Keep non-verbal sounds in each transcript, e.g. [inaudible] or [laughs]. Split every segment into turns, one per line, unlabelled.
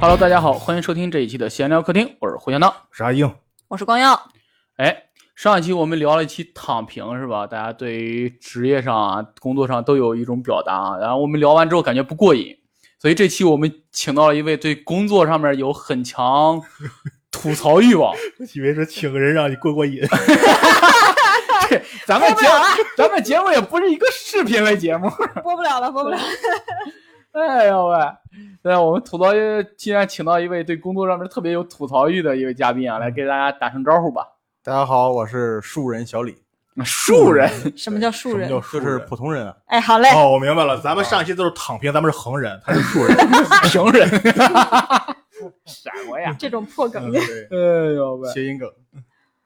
Hello，大家好，欢迎收听这一期的闲聊客厅，我是胡小闹。
啥硬？
我是光耀，
哎，上一期我们聊了一期躺平，是吧？大家对于职业上啊、工作上都有一种表达啊。然后我们聊完之后感觉不过瘾，所以这期我们请到了一位对工作上面有很强吐槽欲望。
我以为说请个人让你过过瘾，
这 [laughs] 咱们节 [laughs] 咱们节目也不是一个视频类节目。
[laughs] 播不了了，播不了。
[laughs] 哎呦喂！对，我们吐槽欲既然请到一位对工作上面特别有吐槽欲的一位嘉宾啊，来给大家打声招呼吧。
[laughs] 大家好，我是树人小李，
树 [laughs] 人，
什么叫树人
什么？叫树
就是
人？普通人啊。
哎，好嘞，
哦，我明白了，咱们上一期都是躺平，咱们是横人，他是树 [laughs] 人。
[laughs] 平人，什么呀？
这种破梗
嗯
的，
对，
哎呦喂！
谐音梗。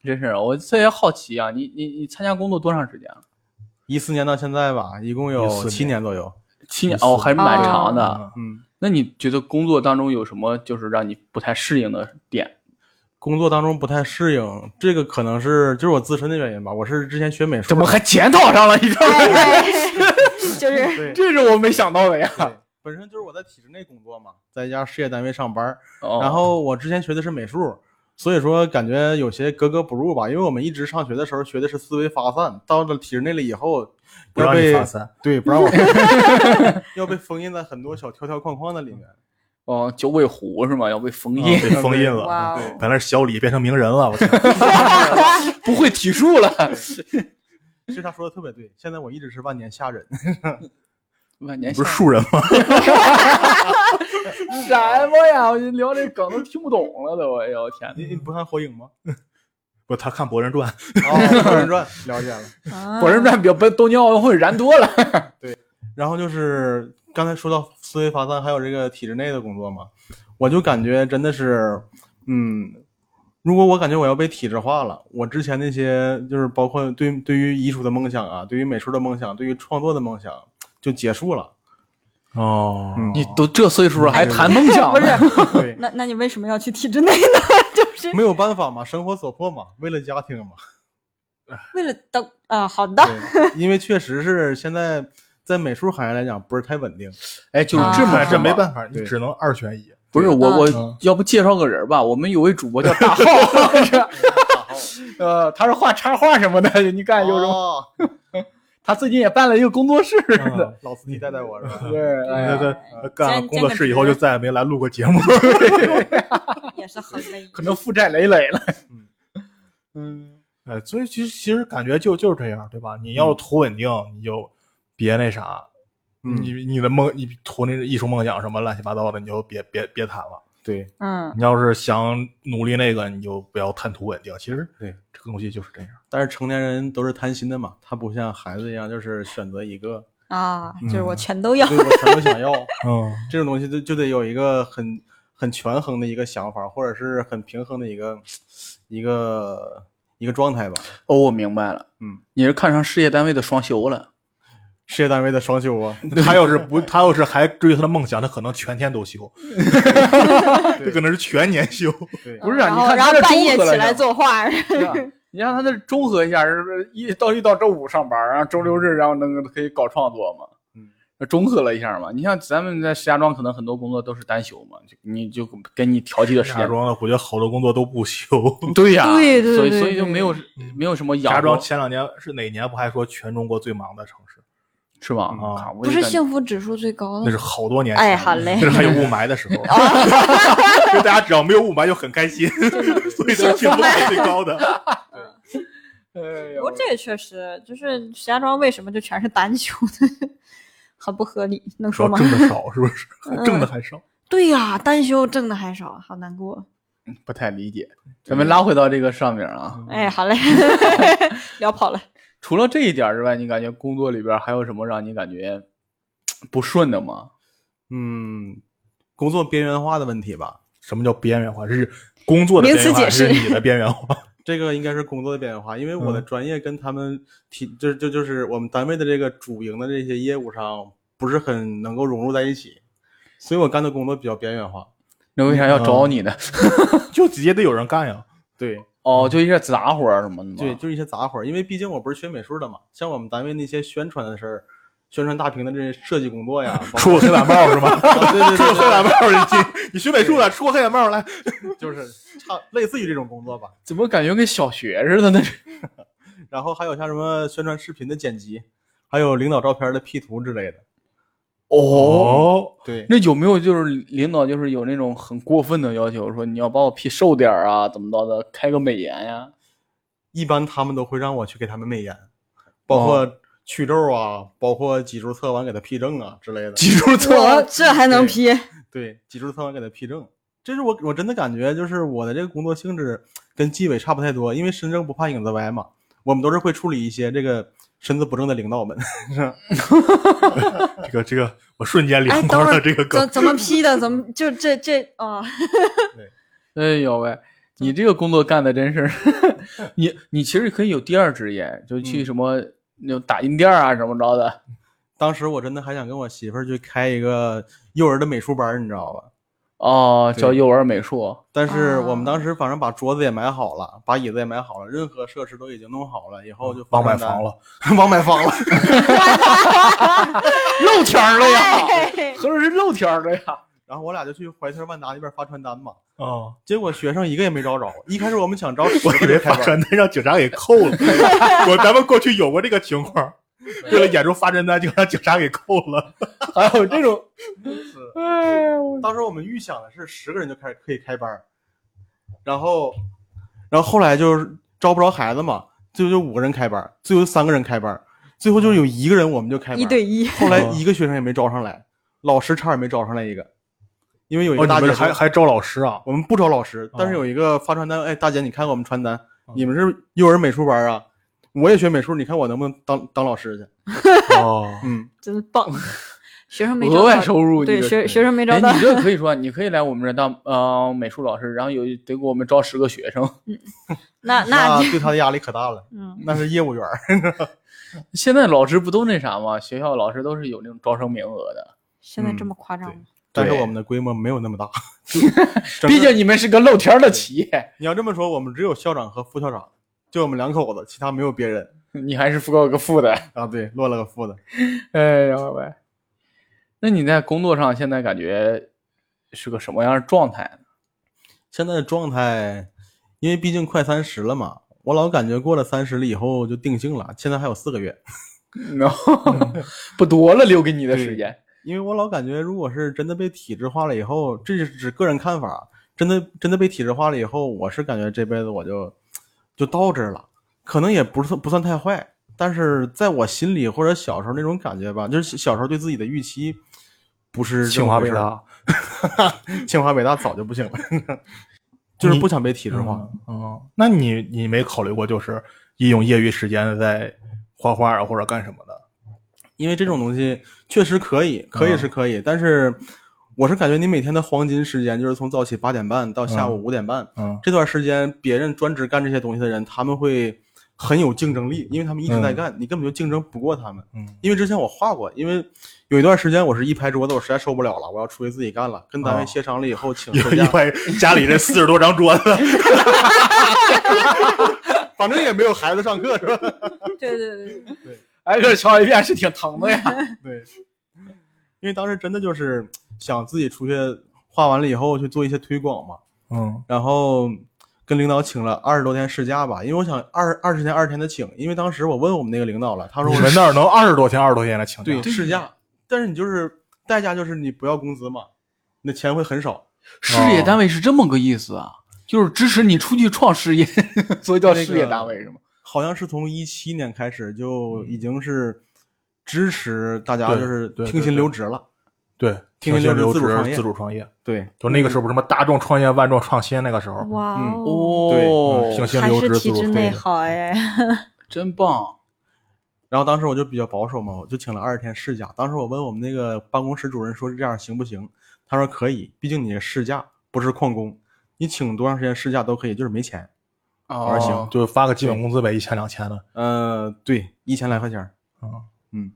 真是，我特别好奇啊，你你你参加工作多长时间了？
一四年到现在吧，一共
14
有
年
七年左右。
七年
14
哦，还是蛮长的。
哦
嗯，
那你觉得工作当中有什么就是让你不太适应的点？
工作当中不太适应，这个可能是就是我自身的原因吧。我是之前学美术，
检讨上了？你知道
哎 [laughs] 哎，
[laughs]
就是
对，
这是我没想到的呀。
对 [laughs] 本身就是我在体制内工作嘛，在一家事业单位上班。
哦、
然后我之前学的是美术，所以说感觉有些格格不入吧。因为我们一直上学的时候学的是思维发散，到了体制内了以后，
不让
要
你
被
发散，
对不
[laughs]
让我要被封印在很多小条条框框的里面。
哦，九尾狐是吗？要被封印，
被封印了。
哇哦，
本来是小李变成名人了，我操！
不会体术了。
其实他说的特别对，现在我一直是万年虾人。
万年
你不是树 [laughs] 人吗？
什么呀？我就聊这梗都听不懂了都，哎呦我天
你你不看火影吗？
不，他看《博人传》，
哦，《火影传》了解了。
哪！
啊
火人传比被东京奥运会燃多了。
然后就是刚才说到思维发散，还有这个体制内的工作嘛，我就感觉真的是，嗯，如果我感觉我要被体制化了，我之前那些就是包括对对于艺术的梦想啊，对于美术的梦想，对于创作的梦想就结束了。
[laughs] 哦
嗯
你都这岁数了还谈梦想啊
[laughs] 不
[laughs] 呢？
是，
对，
那那你为什么要去体制内呢？就是
没有办法嘛，生活所迫嘛，为了家庭嘛。
为了等啊，好的，
对，因为确实是现在在美术行业来讲不是太稳定。
哎，就是
啊
这么、
嗯这没办法，
对
你只能二选一。
不是
对
我，我
嗯
要不介绍个人吧？我们有位主播叫大浩， [laughs] 呃，他是画插画什么的，你看有什么？
哦，
他最近也办了一个工作室的，
老司机带带我
[laughs]
是吧？
对，哎呀
嗯那他他干了
兼
工作室以后
兼
就
个职
再也没来录过节 [laughs] 目。
也是很累。
可能负债累累了。
嗯，
哎，所以其实其实感觉就就是这样，对吧？你要是图稳定，你就别那啥，
嗯
你你的梦，你图那艺术梦想什么乱七八糟的，你就别别别谈了。
对。
嗯，
你要是想努力那个，你就不要贪图稳定。其实
对
这个东西就是这样。
但是成年人都是贪心的嘛，他不像孩子一样，就是选择一个，
啊，就是
嗯
我全都要
对。我全都想要，
嗯，
这种东西就就得有一个很很权衡的一个想法，或者是很平衡的一个一个一个状态吧。
哦，我明白了，
嗯，
你是看上事业单位的双休了，
事业单位的双休啊，
嗯他要是不，他要是还追求他的梦想，他可能全天都
[laughs]
休，这可能是全年休。
对，
不是啊
然后
你看
然
他
后
这
半夜
中和了
起
是吧
来作画， [laughs]
你让他那中和一下，是不是一到一到周五上班，然后周六日然后能可以搞创作嘛，
嗯，
中和了一下嘛。你像咱们在石家庄，可能很多工作都是单休嘛，就你就跟你调剂的
石
时
家
间。
庄的，我觉得好多工作都不休。
[laughs] 对呀、
对对
所以
对
所以就
对
没有没有什么
石家
养
庄
活，
前两年是哪年不还说全中国最忙的城市？
是吧？
嗯
啊，我
不
就是感觉
幸福指数最高
那
的
是
吗。
好多年前，
哦哎好嘞
那是还有雾霾的时
[laughs]
候， [laughs] 就大家只要没有雾霾就很开心，所以这幸福感是最高的。
哎
不
呦
过这个确实，就是石家庄为什么就全是单休的， [laughs] 很不合理，能
主
说
要
吗？嗯
挣的少，是不
[laughs]
是？ [laughs] 挣的还少。
对呀、单休挣的还少，好难过。
不太理解。咱们拉回到这个上面啊，
哎，好 [laughs] 嘞，聊跑了。
除了这一点之外，你感觉工作里边还有什么让你感觉不顺的吗？
嗯，工作边缘化的问题吧，
什么叫边缘化？这是工作的边缘化，
名
还
词解释
是你的边缘化。 [laughs]
这个应该是工作的边缘化，因为我的
嗯
专业跟他们体，就就就是我们单位的这个主营的这些业务上不是很能够融入在一起，所以我干的工作比较边缘化。
那为啥要找你呢？
就直接得有人干呀。
对
哦，就一些杂
啊
活儿什么的吗？
对，就是一些杂活儿，因为毕竟我不是学美术的嘛，像我们单位那些宣传的事儿，宣传大屏的这些设计工作呀，包括
出个黑板报是吗？
啊对对
出个 [laughs]
对
黑
对
板报，你你学美术的，出个黑板报来。
对，就是差类似于这种工作吧。
怎么感觉跟小学似 [laughs] 的那是？
然后还有像什么宣传视频的剪辑，还有领导照片的 P 图之类的。
哦，
哦，
对，
那有没有就是领导就是有那种很过分的要求，说你要把我 P 瘦点儿啊，怎么着的，开个美颜呀、
一般他们都会让我去给他们美颜，包
哦
括祛皱啊，包括脊柱侧弯给他批正啊之类的。
脊柱侧
哇
弯，
这还能 P？
对，脊柱侧弯给他批正。这是我我真的感觉，就是我的这个工作性质跟纪委差不太多，因为身正不怕影子歪嘛，我们都是会处理一些这个身子不正的领导们。 [laughs]
这个这个，我瞬间
哎，
凉
等
快
会
了。
儿
这个梗
怎，怎么
[laughs]
P 的？怎么就这这啊？
哎呦喂，你这个工作干的真是， [laughs] 你你其实可以有第二职业，就去
嗯
什么那种打印店儿啊，怎么着的。
当时我真的还想跟我媳妇儿去开一个幼儿的美术班儿，你知道吧？
哦，
对
教幼儿美术，
但是
啊
我们当时反正把桌子也买好了，把椅子也买好了，任何设施都已经弄好了，以后就
嗯忘
放
买
传单
房，了。
[laughs] 忘买房了。
露天儿了 [laughs] 呀，
哎
合着是露天儿了呀。 [laughs]
然后我俩就去怀特万达那边发传单嘛，
哦，
结果学生一个也没招着。一开始我们想招十
我以
个
为
人
发
开班，
传单让警察给扣
[laughs]
了。我咱们过去有过这个情况，为了演出发传单就让警察给扣
[laughs]
了。
还有这种，哎呦，
当时我们预想的是十个人就开始可以开班儿，然后，然后后来就是招不着孩子嘛，最后就五个人开班儿，最后三个人开班儿，最后就有一个人我们就开班儿
一对一，
后
嗯
来一个学生也没招上来，老师差点没招上来一个，因为有一
哦，
个大
你
姐
们
说、
还还招老师
[laughs]
啊？
我们不招老师，但是有一个发传单，哎，大姐你看看我们传单，
哦
你们是幼儿美术班啊，我也学美术，你看我能不能当当老师去？
哦，
嗯，
真棒！学生没招
额外
到
收入，
对
你这
学学生没招
哎，
到
你，这可以说，你可以来我们这当呃美术老师，然后有得给我们招十个学生。 [laughs]
那那
那
你
对他的压力可大了，
嗯，
那是业务员儿。 [laughs]
现在老师不都那啥吗？学校老师都是有那种招生名额的，
现在
嗯
这么夸张
对
吗？
但是
对
我们的规模没有那么大，整个
毕竟你们是个露天儿的企业，
你要这么说，我们只有校长和副校长，就我们两口子，其他没有别人
你还是付高个负的。
啊。对，落了个副的。
哎呀喂，那你在工作上现在感觉是个什么样的状态呢？
现在的状态，因为毕竟快三十了嘛，我老感觉过了三十了以后就定性了。现在还有四个月，
然后 [laughs] 不多了，留给你的时间。
因为我老感觉，如果是真的被体制化了以后，这是指个人看法，真的真的被体制化了以后，我是感觉这辈子我就就到这儿了，可能也不是不算太坏，但是在我心里或者小时候那种感觉吧，就是小时候对自己的预期不是
[laughs]
这
清
么
华
回
北
事儿
大，
[laughs] 清华北大早就不行了， [laughs] 就是不想被体制化。
嗯嗯，那你你没考虑过就是利用业余时间在画画啊或者干什么的？
因为这种东西确实可以，可以是可以，但是我是感觉你每天的黄金时间就是从早起八点半到下午五点半、
嗯
这段时间，别人专职干这些东西的人，他们会很有竞争力，因为他们一直在干，你根本就竞争不过他们。
嗯，
因为之前我画过，因为有一段时间我是一拍桌子，我实在受不了了，我要出去自己干了，跟单位
哦
协商了以后请
因
事
为
假
因，为家里这四十多张桌 [laughs] 子，
反正也没有孩子上课是吧？
嗯对对对，
挨个敲一遍是挺疼的呀。 [laughs]
对，因为当时真的就是想自己出去画完了以后去做一些推广嘛，
嗯
然后跟领导请了二十多天事假吧，因为我想二二十天二十天的请，因为当时我问我们那个领导了，他说
你
我
们啊那儿能二十多天二十多天来请假？
对事假，但是你就是代价就是你不要工资嘛，你的钱会很少。
事业单位是这么个意思啊，就是支持你出去创事业， [laughs] 所以叫事业单位是吗？
好像是从一七年开始就已经是支持大家
对
就是
对对
停薪
对
留职了，
对，
听着
停薪留
就是自主创业
自主创业，
对，
就那个时候不是什么大众创业、万众创新那个时候，
哇
嗯
哦，
哦
对，挺
还
留
是
职
体
自主
制
创
内
业。
好哎，
真棒！
然后当时我就比较保守嘛，我就请了二十天事假。当时我问我们那个办公室主任说这样行不行？他说可以，毕竟你是事假不是旷工，你请多长时间事假都可以，就是没钱。
哦
玩儿行
哦，就发个基本工资呗，一千两千的。
呃，对，一千来块钱儿。
嗯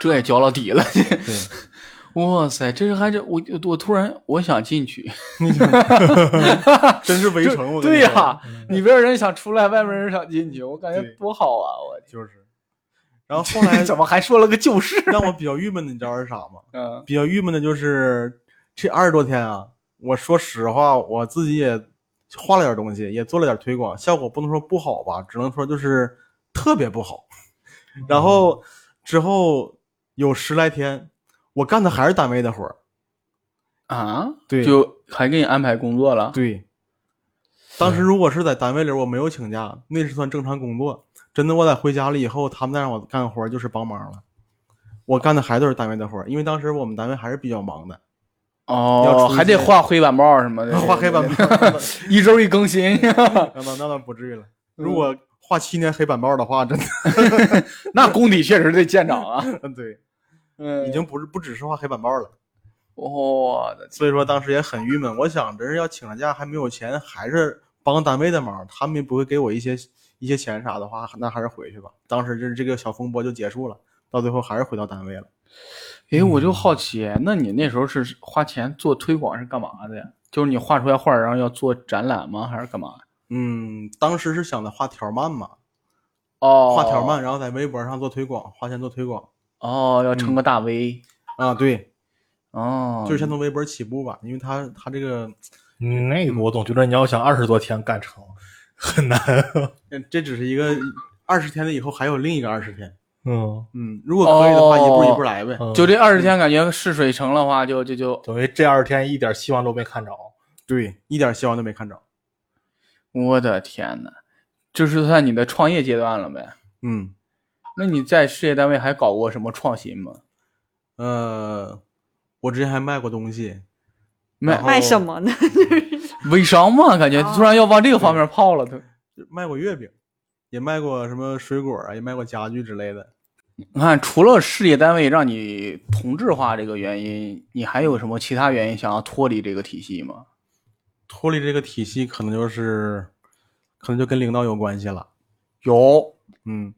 这也交了底了。 [laughs]
对，
哇塞，这还是我我突然我想进去， [laughs]
真是围
这
城。我跟
对
你
呀、
说，
嗯里边人想出来，外边人想进去，我感觉
啊对
多好啊！我
就是。然后后来
怎么还说了个就是？
让我比较郁闷的，你知道是啥吗？
嗯
比较郁闷的就是这二十多天啊，我说实话，我自己也花了点东西，也做了点推广，效果不能说不好吧，只能说就是特别不好。然后之后有十来天，我干的还是单位的活儿。
啊，
对
就还给你安排工作了。
对，当时如果是在单位里，我没有请假，那是算正常工作。真的，我在回家了以后，他们再让我干活儿就是帮忙了。我干的还都是单位的活儿，因为当时我们单位还是比较忙的，要
哦，
出去
还得画黑板报什么的，
啊画黑板报，
一周一更新。 [laughs]
那倒那倒不至于了。如果画七年黑板报的话，真的，
那功底确实得见长
[laughs]
啊。
对，
嗯，
已经不是不只是画黑板报了。
我的
所以说当时也很郁闷，我想真是要请了假还没有钱，还是帮单位的忙，他们也不会给我一些一些钱啥的话，那还是回去吧。当时就是这个小风波就结束了，到最后还是回到单位了。
天！哎，我就好奇，那你那时候是花钱做推广是干嘛的呀？就是你画出来画，然后要做展览吗？还是干嘛？
嗯，当时是想着画条漫嘛，
哦，
画条漫，然后在微博上做推广，花钱做推广
哦，要成个大 V。
啊，对，
哦，
嗯就是先从微博起步吧，因为他他这个
嗯，那个我总觉得你要想二十多天干成很难。
呃这只是一个二十天了以后还有另一个二十天，
嗯，
嗯，如果可以的话，
哦
一步一步来呗。
嗯
就这二十天，感觉试水成的话，就就就，
等于这二十天一点希望都没看着。
对，一点希望都没看着。
我的天呐，就是算你的创业阶段了呗。
嗯，
那你在事业单位还搞过什么创新吗？
呃，我之前还卖过东西，
卖
卖什么呢？
微商嘛，感觉
哦
突然要往这个方
嗯
面泡了都。
卖过月饼，也卖过什么水果啊，也卖过家具之类的。
你看，除了事业单位让你同质化这个原因，你还有什么其他原因想要脱离这个体系
[laughs]
吗？
脱离这个体系，可能就是，可能就跟领导有关系了。
有
嗯，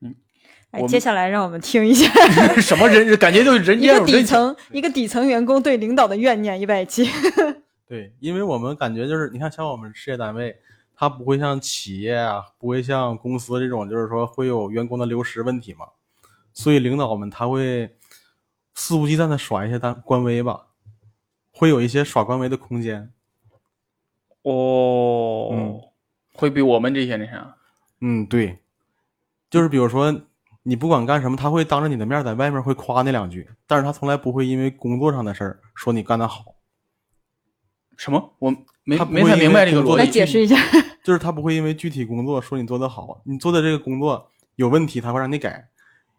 我
哎
们
接下来让我们听一下
什么人，感觉就是人
[laughs] 一
间
个
有
底
人情
层一个底层员工对领导的怨念一百期。
对，因为我们感觉就是，你看，像我们事业单位，它不会像企业啊，不会像公司这种，就是说会有员工的流失问题嘛，所以领导们他会肆无忌惮的耍一些单官微吧，会有一些耍官微的空间。
哦
嗯
会比我们这些那啥。
嗯，对，就是比如说你不管干什么，他会当着你的面在外面会夸那两句，但是他从来不会因为工作上的事儿说你干得好，
什么？我没
他不
没
会
太
因为
明白这个
工作
逻
的
辑
[laughs] 来解
原。因
释一下，
就是他不会因为具体工作说你做得好，你做的这个工作有问题，他会让你改；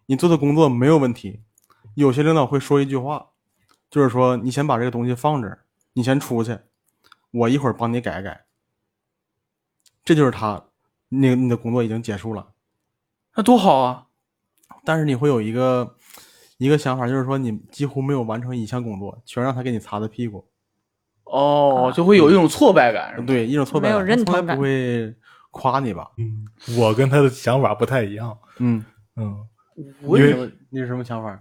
你做的工作没有问题，有些领导会说一句话，就是说你先把这个东西放这儿，你先出去，我一会儿帮你改改。这就是他，那个你的工作已经结束了。
那多好啊！
但是你会有一个一个想法，就是说你几乎没有完成一项工作，全让他给你擦的屁股，
哦，
啊
就会有一种挫败感，是吧？
对，一种挫败
哎没有
感，
认
他从
同
来
感
不会夸你吧？
嗯，我跟他的想法不太一样。
嗯，
嗯，
我
因为
以为
你是什么想法？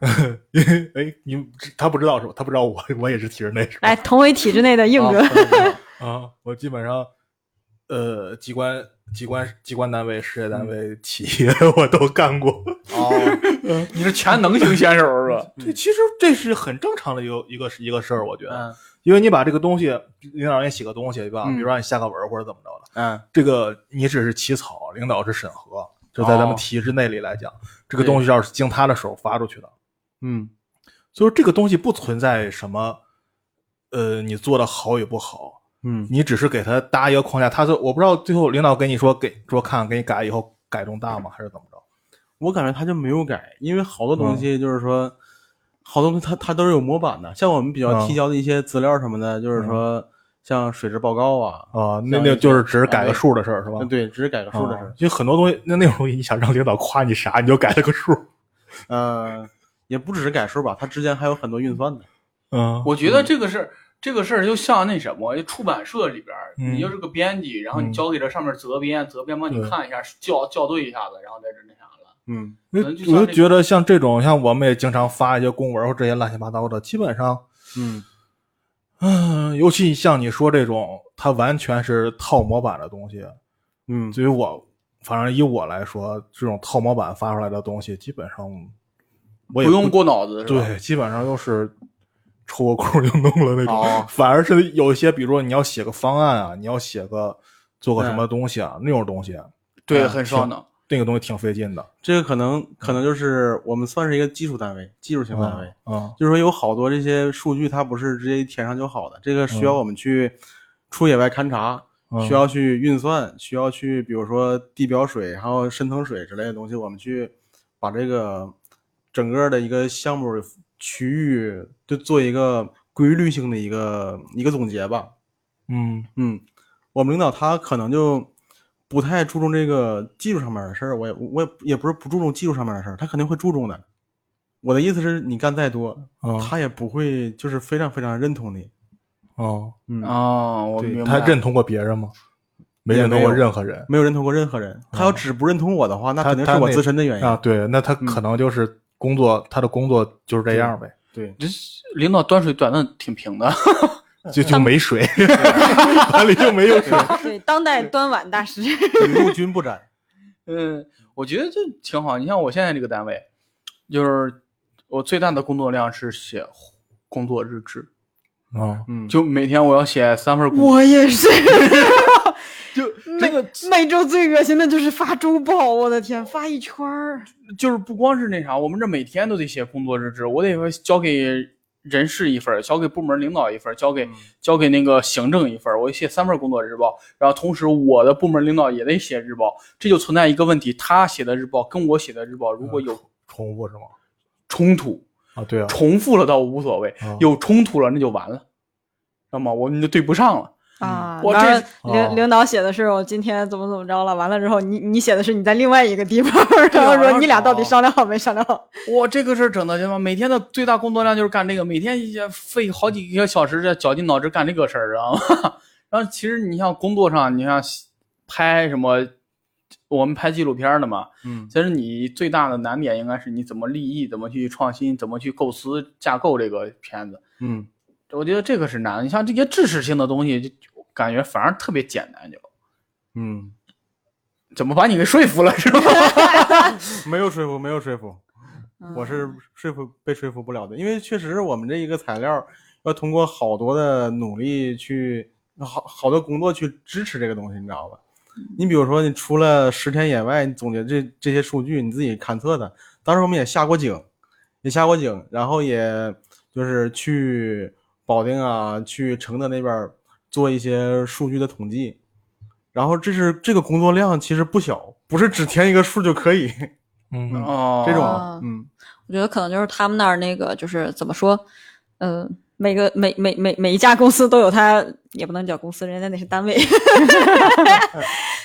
因为哎，你们他不知道是吧？他不知道我，我也是体制内是吧？
来同为体制内的硬
哦
哥，
啊，我基本上，呃，机关、机关、机关单位、事业单
嗯
位、 [laughs] 企业我都干过。
哦，你是全能型选手是吧？
对，其实这是很正常的一个一个一个事儿，我觉得，
嗯
因为你把这个东西，领导让你写个东西，对吧？
嗯
比如让你下个文儿或者怎么着的，
嗯，
这个你只是起草，领导是审核。就在咱
哦
们体制内里来讲，这个东西要是经他的手发出去的，
嗯
所以说这个东西不存在什么，呃，你做的好与不好，
嗯
你只是给他搭一个框架，他说我不知道最后领导跟你说给说看给你改以后改动大吗，还是怎么着？
我感觉他就没有改，因为好多东西就是说，好多东西他他都是有模板的，像我们比较
嗯
提交的一些资料什么的，就是说像水质报告啊，
啊，那
像
那
一
就是
些
只是改个
单位
数的事儿是吧
嗯？对，只是改个
啊，
数的事儿，
就很多东西，那那种东西你想让领导夸你啥，你就改了个
[laughs]
数。
呃，也不只是改数吧，它之间还有很多运算的，
[laughs]
嗯，
我觉得这个事儿，这个事儿就像那什么，就出版社里边儿，
嗯
你就是个编辑，然后你
嗯
交给这上面责编，责编帮你
对
看一下，校校对一下子，然后在这那啥了。
嗯
我
可能就像
我就
那
觉得像这种，像我们也经常发一些公文或这些乱七八糟的，基本上，
嗯
嗯，尤其像你说这种，它完全是套模板的东西，
嗯，
对于我反正以我来说，这种套模板发出来的东西，基本上我也
不用过脑子，是吧
对，基本上都是抽个空儿就弄了那种。
哦
反而是有一些，比如说你要写个方案啊，你要写个做个什么东西啊，那种东西，
对，
嗯
很烧脑。
那个东西挺费劲的。
这个可能可能就是我们算是一个技术单位，技术型单位，
嗯
就是说有好多这些数据它不是直接一填上就好的，这个需要我们去出野外勘察，
嗯
需要去运算，需要去比如说地表水，还有深层水之类的东西，我们去把这个整个的一个项目区域就做一个规律性的一个一个总结吧。
嗯
嗯，我们领导他可能就不太注重这个技术上面的事儿，我也我也也不是不注重技术上面的事儿，他肯定会注重的。我的意思是你干再多，
嗯
他也不会就是非常非常认同你。
嗯，
嗯，
哦，我
对
明
他
白。
认同过别人吗？没
也
认同
没
过
有
任何人
没有认同过任何人。他要只不认同我的话，那
哦他
肯定
他
是我
那
自身的原因。
啊。对，那他可能就是工作，他的工作就是这样呗，
对，
这领导端水端的挺平的， [laughs]
就就没水， [laughs] 碗里就没有水。
对，当代端碗大师，
雨露均不沾。
嗯，我觉得这挺好。你像我现在这个单位，就是我最大的工作量是写工作日志，
啊，
嗯，
就每天我要写三份工作，
[laughs] 我也是。
就这个
每周最恶心的就是发周报，我的天，发一圈儿。
就是不光是那啥，我们这每天都得写工作日志，我得交给人事一份儿，交给部门领导一份儿，交给、交给那个行政一份儿，我写三份工作日报。然后同时我的部门领导也得写日报，这就存在一个问题，他写的日报跟我写的日报如果有
重复是吗？
冲突，
啊，对啊，
重复了倒无所谓
啊，
有冲突了那就完了，知道吗？我们就对不上了。
啊，
我
然
这
后领
哦
领导写的是我今天怎么怎么着了，完了之后你你写的是你在另外一个地方，然后
玩意儿
说你俩到底
好
商量好没商量好？
我这个事儿整的他妈，每天的最大工作量就是干这个，每天也费好几个小时，这绞尽脑汁干这个事儿，知道吗？ [laughs] 然后其实你像工作上，你像拍什么，我们拍纪录片儿的嘛，
嗯
其实你最大的难点应该是你怎么立意，怎么去创新，怎么去构思架构这个片子。
嗯，
我觉得这个是难的。你像这些知识性的东西，就就感觉反而特别简单，就
嗯，
怎么把你给说服了，是吧？
没有说服，没有说服，我是
嗯
说服被说服不了的，因为确实我们这一个材料要通过好多的努力去好好多工作去支持这个东西，你知道吧？你比如说，你除了十天野外，你总结这这些数据，你自己勘测的。当时我们也下过井，也下过井，然后也就是去保定啊，去承德那边儿做一些数据的统计。然后这是这个工作量其实不小，不是只填一个数就可以 [laughs]
嗯
哦，
这种
啊
啊，嗯。
我觉得可能就是他们那儿那个就是怎么说，呃，每个每每每每一家公司都有它，也不能叫公司，人家那是单位，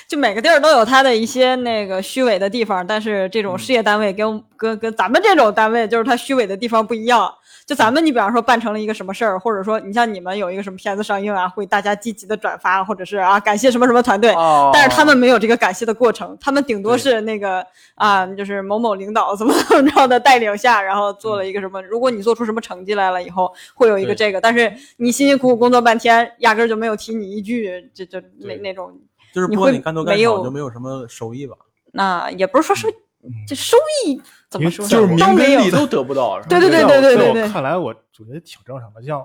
就每个地儿都有它的一些那个虚伪的地方，但是这种事业单位跟、跟跟咱们这种单位，就是它虚伪的地方不一样。就咱们，你比方说办成了一个什么事儿，或者说你像你们有一个什么片子上映啊，会大家积极的转发，或者是啊感谢什么什么团队，
哦，
但是他们没有这个感谢的过程，他们顶多是那个啊，就是某某领导怎么 [laughs] 怎么着的带领下，然后做了一个什么。如果你做出什么成绩来了以后，会有一个这个，但是你辛辛苦苦工作半天，压根儿就没有提你一句，这这那
对
那种，
就是
你
不管
会
你干多干
没有
少，就没有什么收益吧。
那也不是说收，
嗯
这收益怎么说呢
因为就是民
都没有
跟利。都得不到，是吧
对对对
在我
对对
在
对
我看来，我我觉得挺正常的。
[laughs]
像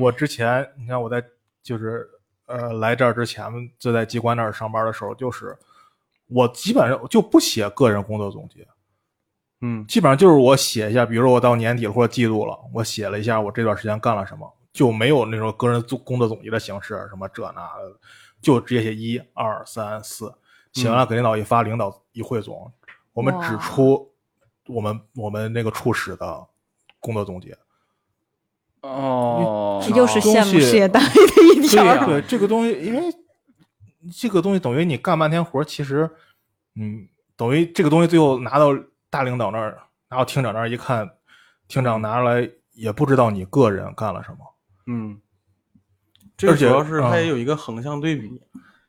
我之前，你看我在就是呃来这儿之前，就在机关那儿上班的时候，就是我基本上就不写个人工作总结，
嗯
基本上就是我写一下，比如说我到年底了或者季度了，我写了一下我这段时间干了什么，就没有那种个人做工作总结的形式，什么这那的，就直接写一二三四，写完了给领导一发，领导一汇总，我们只
哇
出我们我们那个处室的工作总结。
哦，
又是羡
东
慕
西
事业单位的一条
对呀
儿。
对这个东西，因为这个东西等于你干半天活儿，其实嗯，等于这个东西最后拿到大领导那儿，拿到厅长那儿一看，厅长拿出来也不知道你个人干了什么。
嗯，这个
而
主
且
要是它
嗯
也有一个横向对比。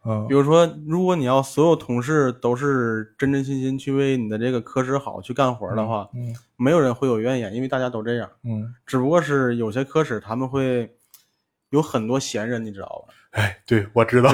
嗯
比，如说，如果你要所有同事都是真真心心去为你的这个科室好去干活儿的话，
嗯
没有人会有怨言，因为大家都这样。
嗯，
只不过是有些科室他们会有很多闲人，你知道吧？ [laughs]
哎，对我知道，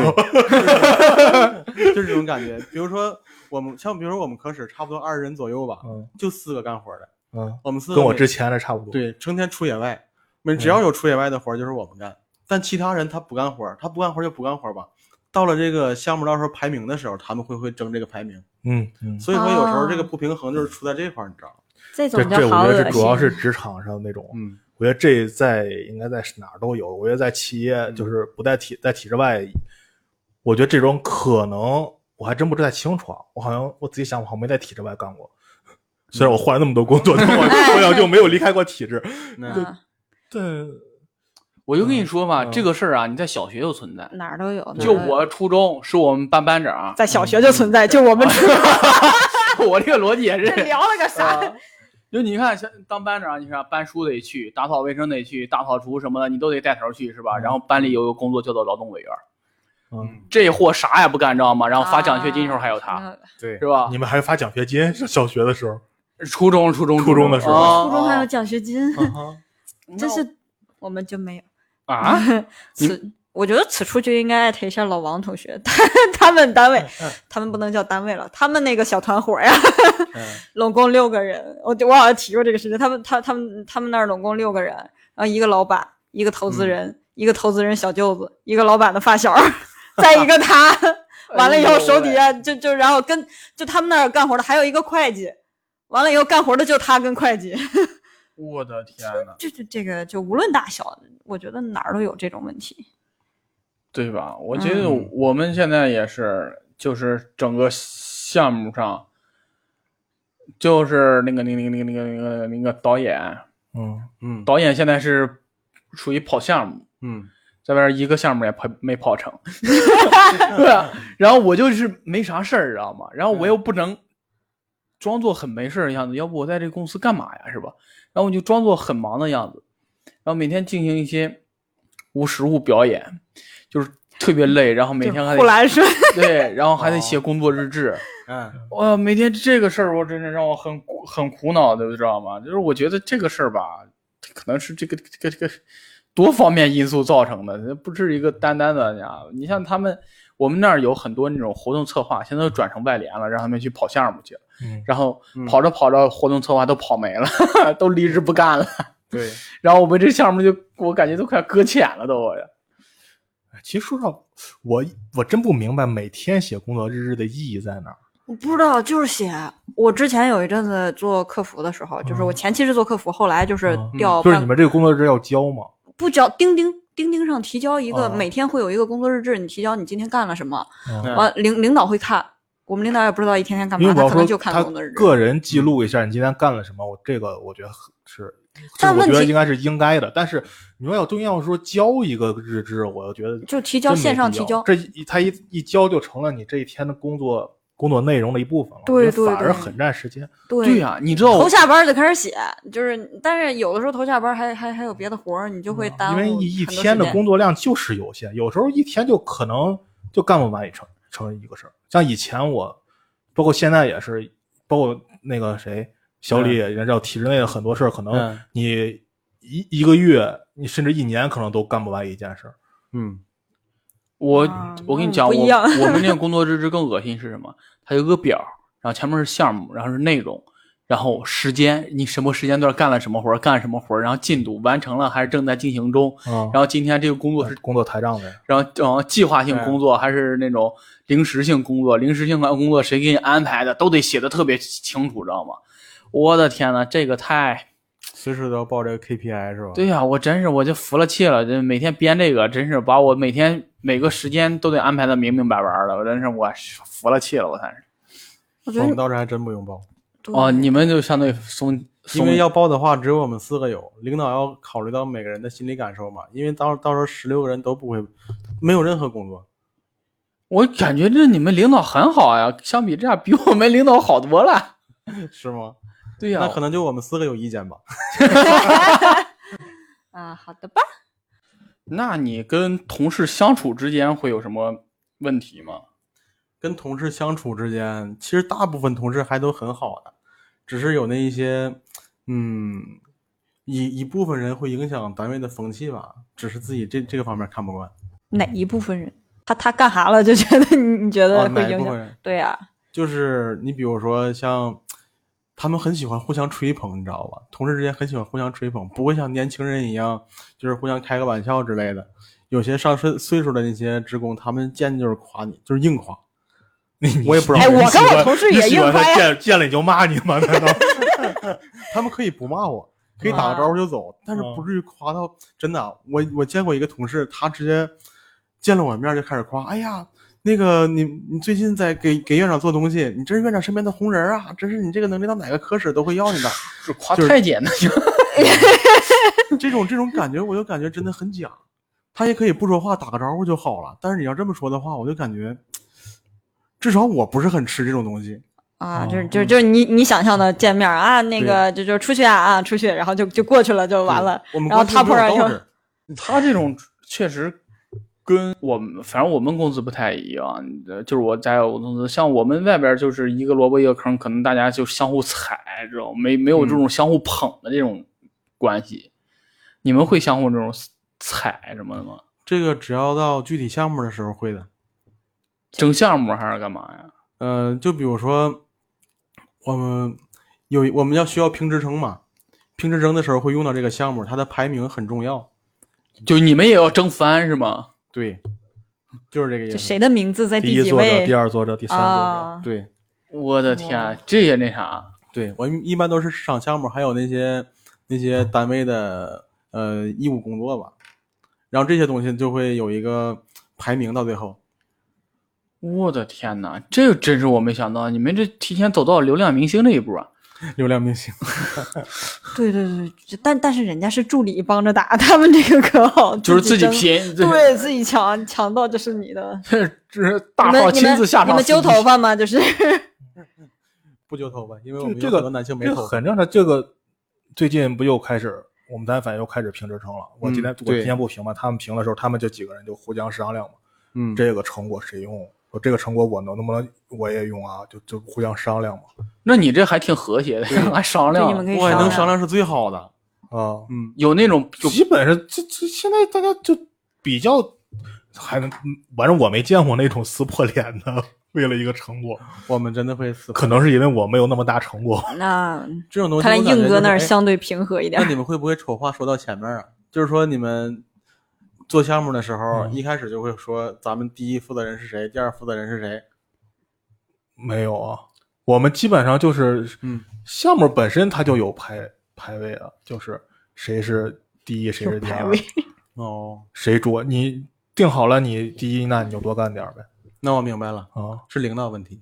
就是这种感觉。比如说我们像，比如说我们科室差不多二十人左右吧，
嗯
就四个干活的，
嗯，
我们四个
跟我
每
之前的差不多。，
对，成天出野外，每只要有出野外的活儿，就是我们干。但其他人他不干活儿，他不干活儿就不干活儿吧。到了这个项目到时候排名的时候，他们会会争这个排名，
嗯嗯，
所以说有时候这个
哦
不平衡就是出在这块儿，你知道吗？
这
这
种
这
就
我
好
觉得是
恶心。
主要是职场上那种，
嗯，
我觉得这在应该在哪儿都有。我觉得在企业就是不在体在体制外，我觉得这种可能我还真不是太清楚啊。我好像我仔细想，我好像没在体制外干过。虽然我换了那么多工作，但 [laughs] 我我想就没有离开过体制。嗯
那
嗯，
[laughs] 对，
我就跟你说嘛，
嗯
这个事儿啊，你在小学就存在。
哪儿都有。哪儿
就
都有
我初中是我们班班 [laughs] 长，
在小学就存在，就
[laughs]
我们
我这个逻辑也
这
是。
聊了个啥？
[laughs] 就你看，像当班长，你看搬书得去，打扫卫生得去，大扫除什么的，你都得带头去，是吧？然后班里有个工作叫做劳动委员，
嗯，
这货啥也不干，知道吗？然后发奖学金时候还有他，
啊，
对，
是吧
你们还发奖学金？是小学的时候，
初中初中
初中的时候
啊
初中还有奖学金， [laughs]
啊
真是我们就没有。
啊，
此我觉得此处就应该艾特一下老王同学， [laughs] 他他们单位，
嗯
他们不能叫单位了，他们那个小团伙呀，
嗯
[laughs] 拢共六个人。我我好像提过这个事情，他们他他们他们那儿拢共六个人，然后一个老板，一个投资人，
嗯
一个投资人小舅子，一个老板的发小， [laughs] 再一
[laughs]
个他。完了以
哎呦
后手底下就就然后跟就他们那儿干活的还有一个会计，完了以后干活的就他跟会计，
我的天呐，
就就这个就无论大小，我觉得哪儿都有这种问题。
对吧？我觉得
嗯
我们现在也是，就是整个项目上，就是那个那个那个那个那个那个导演，
嗯
嗯
导演现在是属于跑项目，
嗯
这边一个项目也跑没跑
[laughs]
成，对啊。然后我就是没啥事儿，知道吗？然后我
嗯
又不能装作很没事儿的样子，要不我在这个公司干嘛呀，是吧？然后我就装作很忙的样子，然后每天进行一些无实物表演，就是特别累，然后每天还
嗯护
得
栏哦顺。
对，然后还得写工作日志。
嗯
哇，呃每天这个事儿，我真是让我很苦很苦恼的，知道吗？就是我觉得这个事儿吧，可能是这个这个这个多方面因素造成的，不是一个单单的呀。你像他们，我们那儿有很多那种活动策划，现在都转成外联了，让他们去跑项目去了，
嗯，
然后
嗯
跑着跑着，活动策划都跑没了， [laughs] 都离职不干了， [laughs]
[laughs] 对，
然后我们这项目就我感觉都快搁浅了都。
哎其实说实话，我我真不明白每天写工作日志的意义在哪儿。
我不知道，就是写。我之前有一阵子做客服的时候，就是我前期是做客服，后来就是
嗯
调
就是
办
你们这个工作日志要交吗？
不交钉钉钉钉上提交一个，
哦
每天会有一个工作日志，你提交你今天干了什么，
嗯
嗯
完领领导会看。我们领导也不知道一天天干
因
嘛，
为我
他
要
可能
说
就
他
看工作日志。
个人记录一下你今天干了什么，我这个我觉得很是，这
但
我
问
觉得
题
应该是应该的。但是你说要真要说交一个日志，我又觉得
就提交
真没
线上
必要
提交
这一他一一交就成了你这一天的工作工作内容的一部分了，
对
我觉得
对
反而
对
很占时间。
对
对呀、你知道我
头下班就开始写，就是但是有的时候头下班还还还有别的活儿，你就会耽
因
误
为
很多时
一一
间。
天的工作量就是有限，有时候一天就可能就干不完一成成一个事儿。像以前我，包括现在也是，包括那个谁小李，人家体制内的很多事儿，可能
嗯
你一一个月，你甚至一年可能都干不完一件事儿。
嗯
我
啊
我跟你
那
讲，
不
我
一样
我们那
[laughs]
个工作日志更恶心是什么？它有个表儿，然后前面是项目，然后是内容，然后时间，你什么时间段干了什么活儿，干什么活儿，然后进度完成了还是正在进行中，
嗯，
然后今天这个工作是，
工作台账呗。
然后然后计划性工作还是那种临时性工作，临时性的工作谁给你安排的，都得写的特别清楚，知道吗？我的天呐，这个太
随时都要报这个 KPI 是吧？
对呀、我真是我就服了气了，这每天编这个，真是把我每天每个时间都得安排的明明白白的，我真是我服了气了，我算是。
我觉
我
得
们倒是还真不用报，
对
哦，你们就相对松松，
因为要报的话，只有我们四个有，领导要考虑到每个人的心理感受嘛，因为到到时候十六个人都不会，没有任何工作，
我感觉这你们领导很好呀，相比之下比我们领导好多
[laughs]
了。
是吗？
对呀、
那可能就我们四个有意见吧。
啊，好的吧，
那你跟同事相处之间会有什么问题吗？
跟同事相处之间，其实大部分同事还都很好的，只是有那一些，嗯，一一部分人会影响单位的风气吧，只是自己这这个方面看不惯。
哪一部分人？他他干啥了，就觉得你你觉
啊，
得会
哪一
影
部
响？
分？
对啊呀、
就是你比如说像，他们很喜欢互相吹捧，你知道吧？同事之间很喜欢互相吹捧，不会像年轻人一样，就是互相开个玩笑之类的。有些上岁岁数的那些职工，他们见就是夸你，就是硬夸。 [laughs] 我也不知道
哎，
为
我
啥，
跟我同事也硬
他
掰呀。
见见了你就骂你吗？难道
[laughs]
他们可以不骂我，可以打个招呼就走，但是不至于夸到真的啊。我我见过一个同事，他直接见了我面就开始夸，哎呀。那个你你最近在给给院长做东西，你真是院长身边的红人儿啊！真是你这个能力到哪个科室都会要你的。 [laughs]
是夸
就是
太监的，就
这种这种感觉，我就感觉真的很假。他也可以不说话，打个招呼就好了。但是你要这么说的话，我就感觉，至少我不是很吃这种东西。
啊，
哦
就是就是就是你你想象的见面儿啊，那个就就出去啊啊出去，然后就就过去了，就完了。
我们
然后
关系
他
没
突
有
然
到
说
这儿
他这种确实跟我们，反正我们公司不太一样，呃就是我在我公司，像我们外边就是一个萝卜一个坑，可能大家就相互踩，知道吗没没
嗯
有这种相互捧的这种关系。你们会相互这种踩什么的吗？
这个只要到具体项目的时候会的。
争项目还是干嘛呀？
呃，就比如说，我们有我们要需要评职称嘛，评职称的时候会用到这个项目，它的排名很重要。
就你们也要争翻是吗？
对，就是这个意
就
思。
谁的名字在
第一
几
作者、
位
第二作者、第三作者，
啊？
对
我的
哇
天，这也那啥，
对，我一般都是市场项目，还有那些那些单位的呃义务工作吧。然后这些东西就会有一个排名到最后。
我的天呐，这真是我没想到，你们这提前走到流量明星这一步啊！
流量明星
对对对，就但但是人家是助理帮着打，他们这个可好，
就是自己
争，
拼，这
对自己抢抢到就是你的。
这这
你
大
们
号
你
亲
们
自下场
你们揪
撕逼
头发吗？就是 [laughs]
不揪头发，因为我
这
们
这
有
个
很多男性没
这
头
个
发。
很正常。这个最近不又开始，我们单反又开始评职称了。我今天、
嗯
我
对
今天不评嘛，他们评的时候，他们就几个人就互相商量嘛，
嗯，
这个成果谁用？我这个成果我能能不能我也用啊？就就互相商量嘛。
那你这还挺和谐的， [laughs] 还商
对
量。
你们可以
我也能商
量。
量是最好的。
啊，
嗯，
有那种就
基本上这这现在大家就比较还能，反正我没见过那种撕破脸的，为了一个成果，
我们真的会死。
可能是因为我没有那么大成果。
那
这种东西
看
我
来
感觉就是，
硬哥那儿
哎
相对平和一点
那。你们会不会丑话说到前面啊？就是说你们做项目的时候，
嗯
一开始就会说咱们第一负责人是谁，第二负责人是谁。
没有啊，我们基本上就是，
嗯，
项目本身它就有排排位啊，就是谁是第一，谁是啊第
排
二
位，
哦，
谁主你定好了你第一，那你就多干点儿呗。
那我明白了，
啊
是领导问题。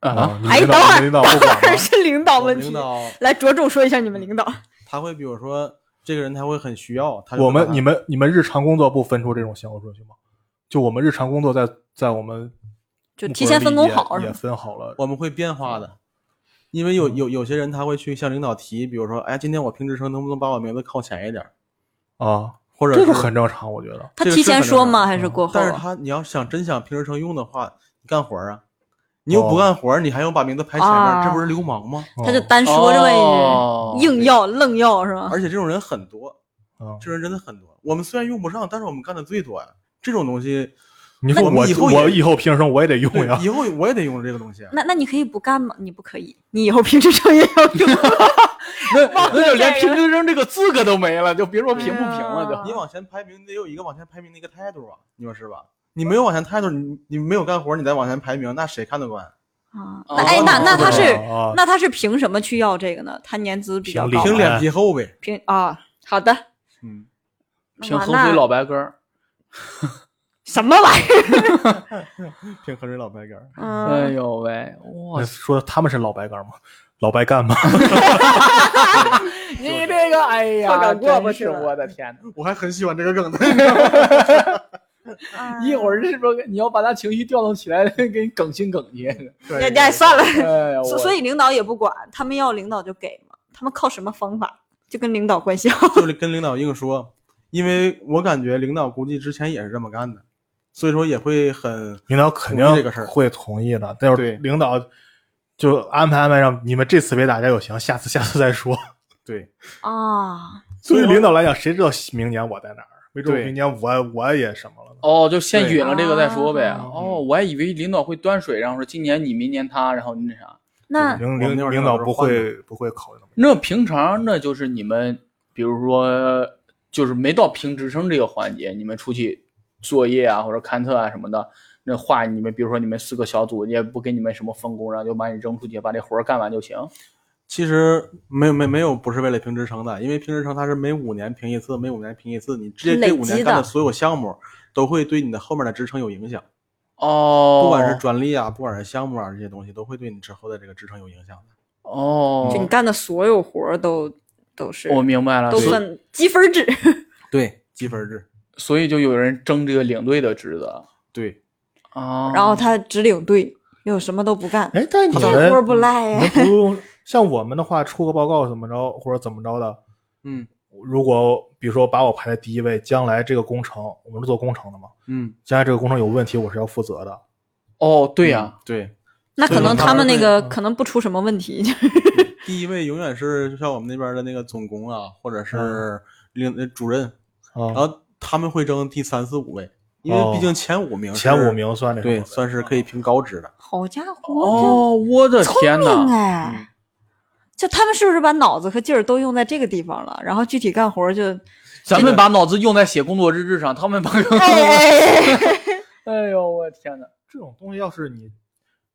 啊，，
你
[laughs] 哎，
领
等
导、
会
你
儿，
领
等
导不
会
管
儿
吗？
[laughs] 是领导
我们
哦问题 [laughs]
领。导
来着重说一下你们领导。
他会比如说这个人他会很需要，他就会
我
把
们
他
你们你们日常工作不分出这种先后顺序吗？就我们日常工作在在我们
就提前分工好
也
是
也
吧？
分好了。
我们会变化的，因为有
嗯
有有些人他会去向领导提，比如说哎，今天我评职称能不能把我名字靠前一点儿，
啊，
或者
这个
是
很正常，我觉得。
他
这个
提
是很
前
正
说
常
吗？还是
嗯
过后
但是
啊？
他你要想真想评职称用的话，你干活儿啊，你又
哦
不干活儿，你还用把名字排前面
啊
儿，这不是流氓吗？
他就
嗯
单说这么一
哦
句，硬要愣要是吗？
而且这种人很多，
嗯
这种人真的很多。我们虽然用不上，但是我们干的最多呀。这种东西，
你说
那
我
你以后也
我以后平时我也得用
对
呀，
以后我也得用这个东西。啊
那那你可以不干吗？你不可以，你以后平时上也要用。
那那就
[laughs]
连
这
评
个
职称这个资格都没了，就别说评不评了，
哎呀
就
你往前排名，你得有一个往前排名的一个态度啊，你说是吧？你没有往前态度，你你没有干活，你再往前排名，那谁看得惯？
啊，
哦
哎，那那他是
啊
那他是凭什么去要这个呢？他年资比较
凭
高
理，
凭脸皮厚呗。
凭啊，好的，
嗯，
评
哇
合
那
肥老白干儿。
什么玩意儿？
凭黑人老白干儿。
哎
嗯，
呦喂，哇 [laughs]
那，说他们是老白干吗？老白干吗？
你这个哎
破
呀，
梗过不
真
去
是
了
我的天哪！
[laughs] 我还很喜欢这
[laughs]
个 [laughs] 梗的。
哎嗯
一会儿是不是你要把他情绪调动起来， [laughs] 给你梗心 [laughs] 梗气？
哎，那那算了。
哎呀，我
所所以领导也不管，他们要领导就给嘛，他们靠什么方法？就跟领导关系好。
就是 [laughs] 跟领导硬说，因为我感觉领导估计之前也是这么干的，所以说也会很
领导肯
同意这
定
个事儿
会同意的，但是
对
领导就安排安排让你们这次别打架就行，
[laughs]
下次下次再说。
对。
啊，
对于领导来讲，谁知道明年我在哪儿？没准
对
明年我我也什么了呢？
哦，就先允了这个再说呗。
啊
哦，我还以为领导会端水，然后说今年你，明年他，然后那啥。
那
领
我们那
领
会儿
领导不
换
会不会考虑那么
那平常那就是你们，比如说就是没到评职称这个环节，你们出去作业啊或者勘测啊什么的，那话你们比如说你们四个小组也不给你们什么分工，然后就把你扔出去，把这活儿干完就行。
其实没有没没有不是为了评职称的，因为评职称它是每五年评一次，每五年评一次，你直接这
累
五年
积
干
的
的所有项目都会对你的后面的职称有影响，
哦，
不管是专利啊，不管是项目啊这些东西，都会对你之后的这个职称有影响的。
哦
就，你干的所有活儿都都是
我明白了，
都
所以
算积分制。
对，积分制。
所以就有人争这个领队的职责
对，
啊。
[laughs] 然后他只领队，又什么都不干，
哎，但是你
这
们
活儿不赖
你
呀、
们 [laughs] 不用像我们的话，出个报告怎么着或者怎么着的。
嗯
如果比如说把我排在第一位，将来这个工程我们是做工程的嘛，
嗯，
将来这个工程有问题，我是要负责的。啊
哦，对呀、
嗯对，
那可能他们那
所以
个
他们
可能不出什么问题， [laughs]
第一位永远是像我们那边的那个总工啊，或者是领、呃主任，然
啊，
后他们会争第三四五位，因为毕竟前五名是、
前五名算这
对算是
啊
可以评高职的。
好家伙，
哦，我的
这
天
嗯聪明
哪！
哎！就他们是不是把脑子和劲儿都用在这个地方了？然后具体干活儿就，
咱们把脑子用在写工作日志上，他们把……
[laughs] 哎哎哎，
哎呦，我的天哪！
这种东西，要是你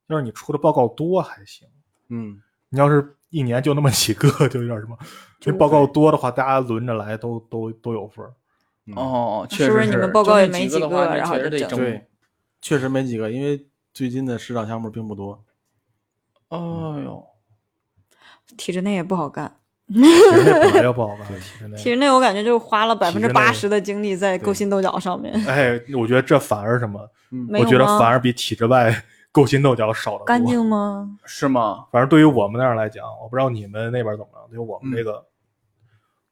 要是你出的报告多还行，
嗯，
你要是一年就那么几个，就有点什么。这报告多的话，大家轮着来都都都有分儿。
嗯，
哦，确
是不
实
是你们报
就
告
那
也没
几
几
的
个
话，那
然后
确实
就
得
整
整
对，确实没几个，因为最近的市场项目并不多。
哎
嗯
呦，
[laughs] 体制内也不好干。
体制内本来就不好办，体制内
体制内我感觉就花了百分
体制
之
内
八十的精力在
对
勾心斗角上面，
哎，我觉得这反而什么，
嗯，
没
我
有
觉得
吗
反而比体制外 [laughs] 勾心斗角少得
干
多。
净吗？
是吗？
反正对于我们那儿来讲，我不知道你们那边怎么样。对于我们
嗯
这个，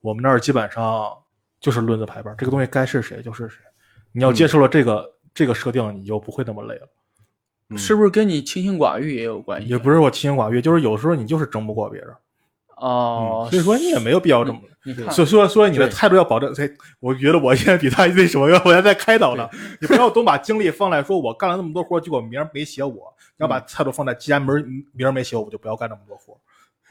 我们那儿基本上就是轮子排班，这个东西该是谁就是谁。你要接受了这个、这个设定，你就不会那么累了。
嗯
是不是跟你清心寡欲也有
哎
关系？啊
也不是我清心寡欲，就是有时候你就是争不过别
啊
人，
哦，
所以说你也没有必要这么。
你看，
所以说，所以你的
嗯对
态度要保证。哎，我觉得我现在比他那什么，我现在开导呢。你不要总把精力放在说我干了那么多活，结果名儿没写我。你要把态度放在，既然名儿名儿没写我，我就不要干那么多活。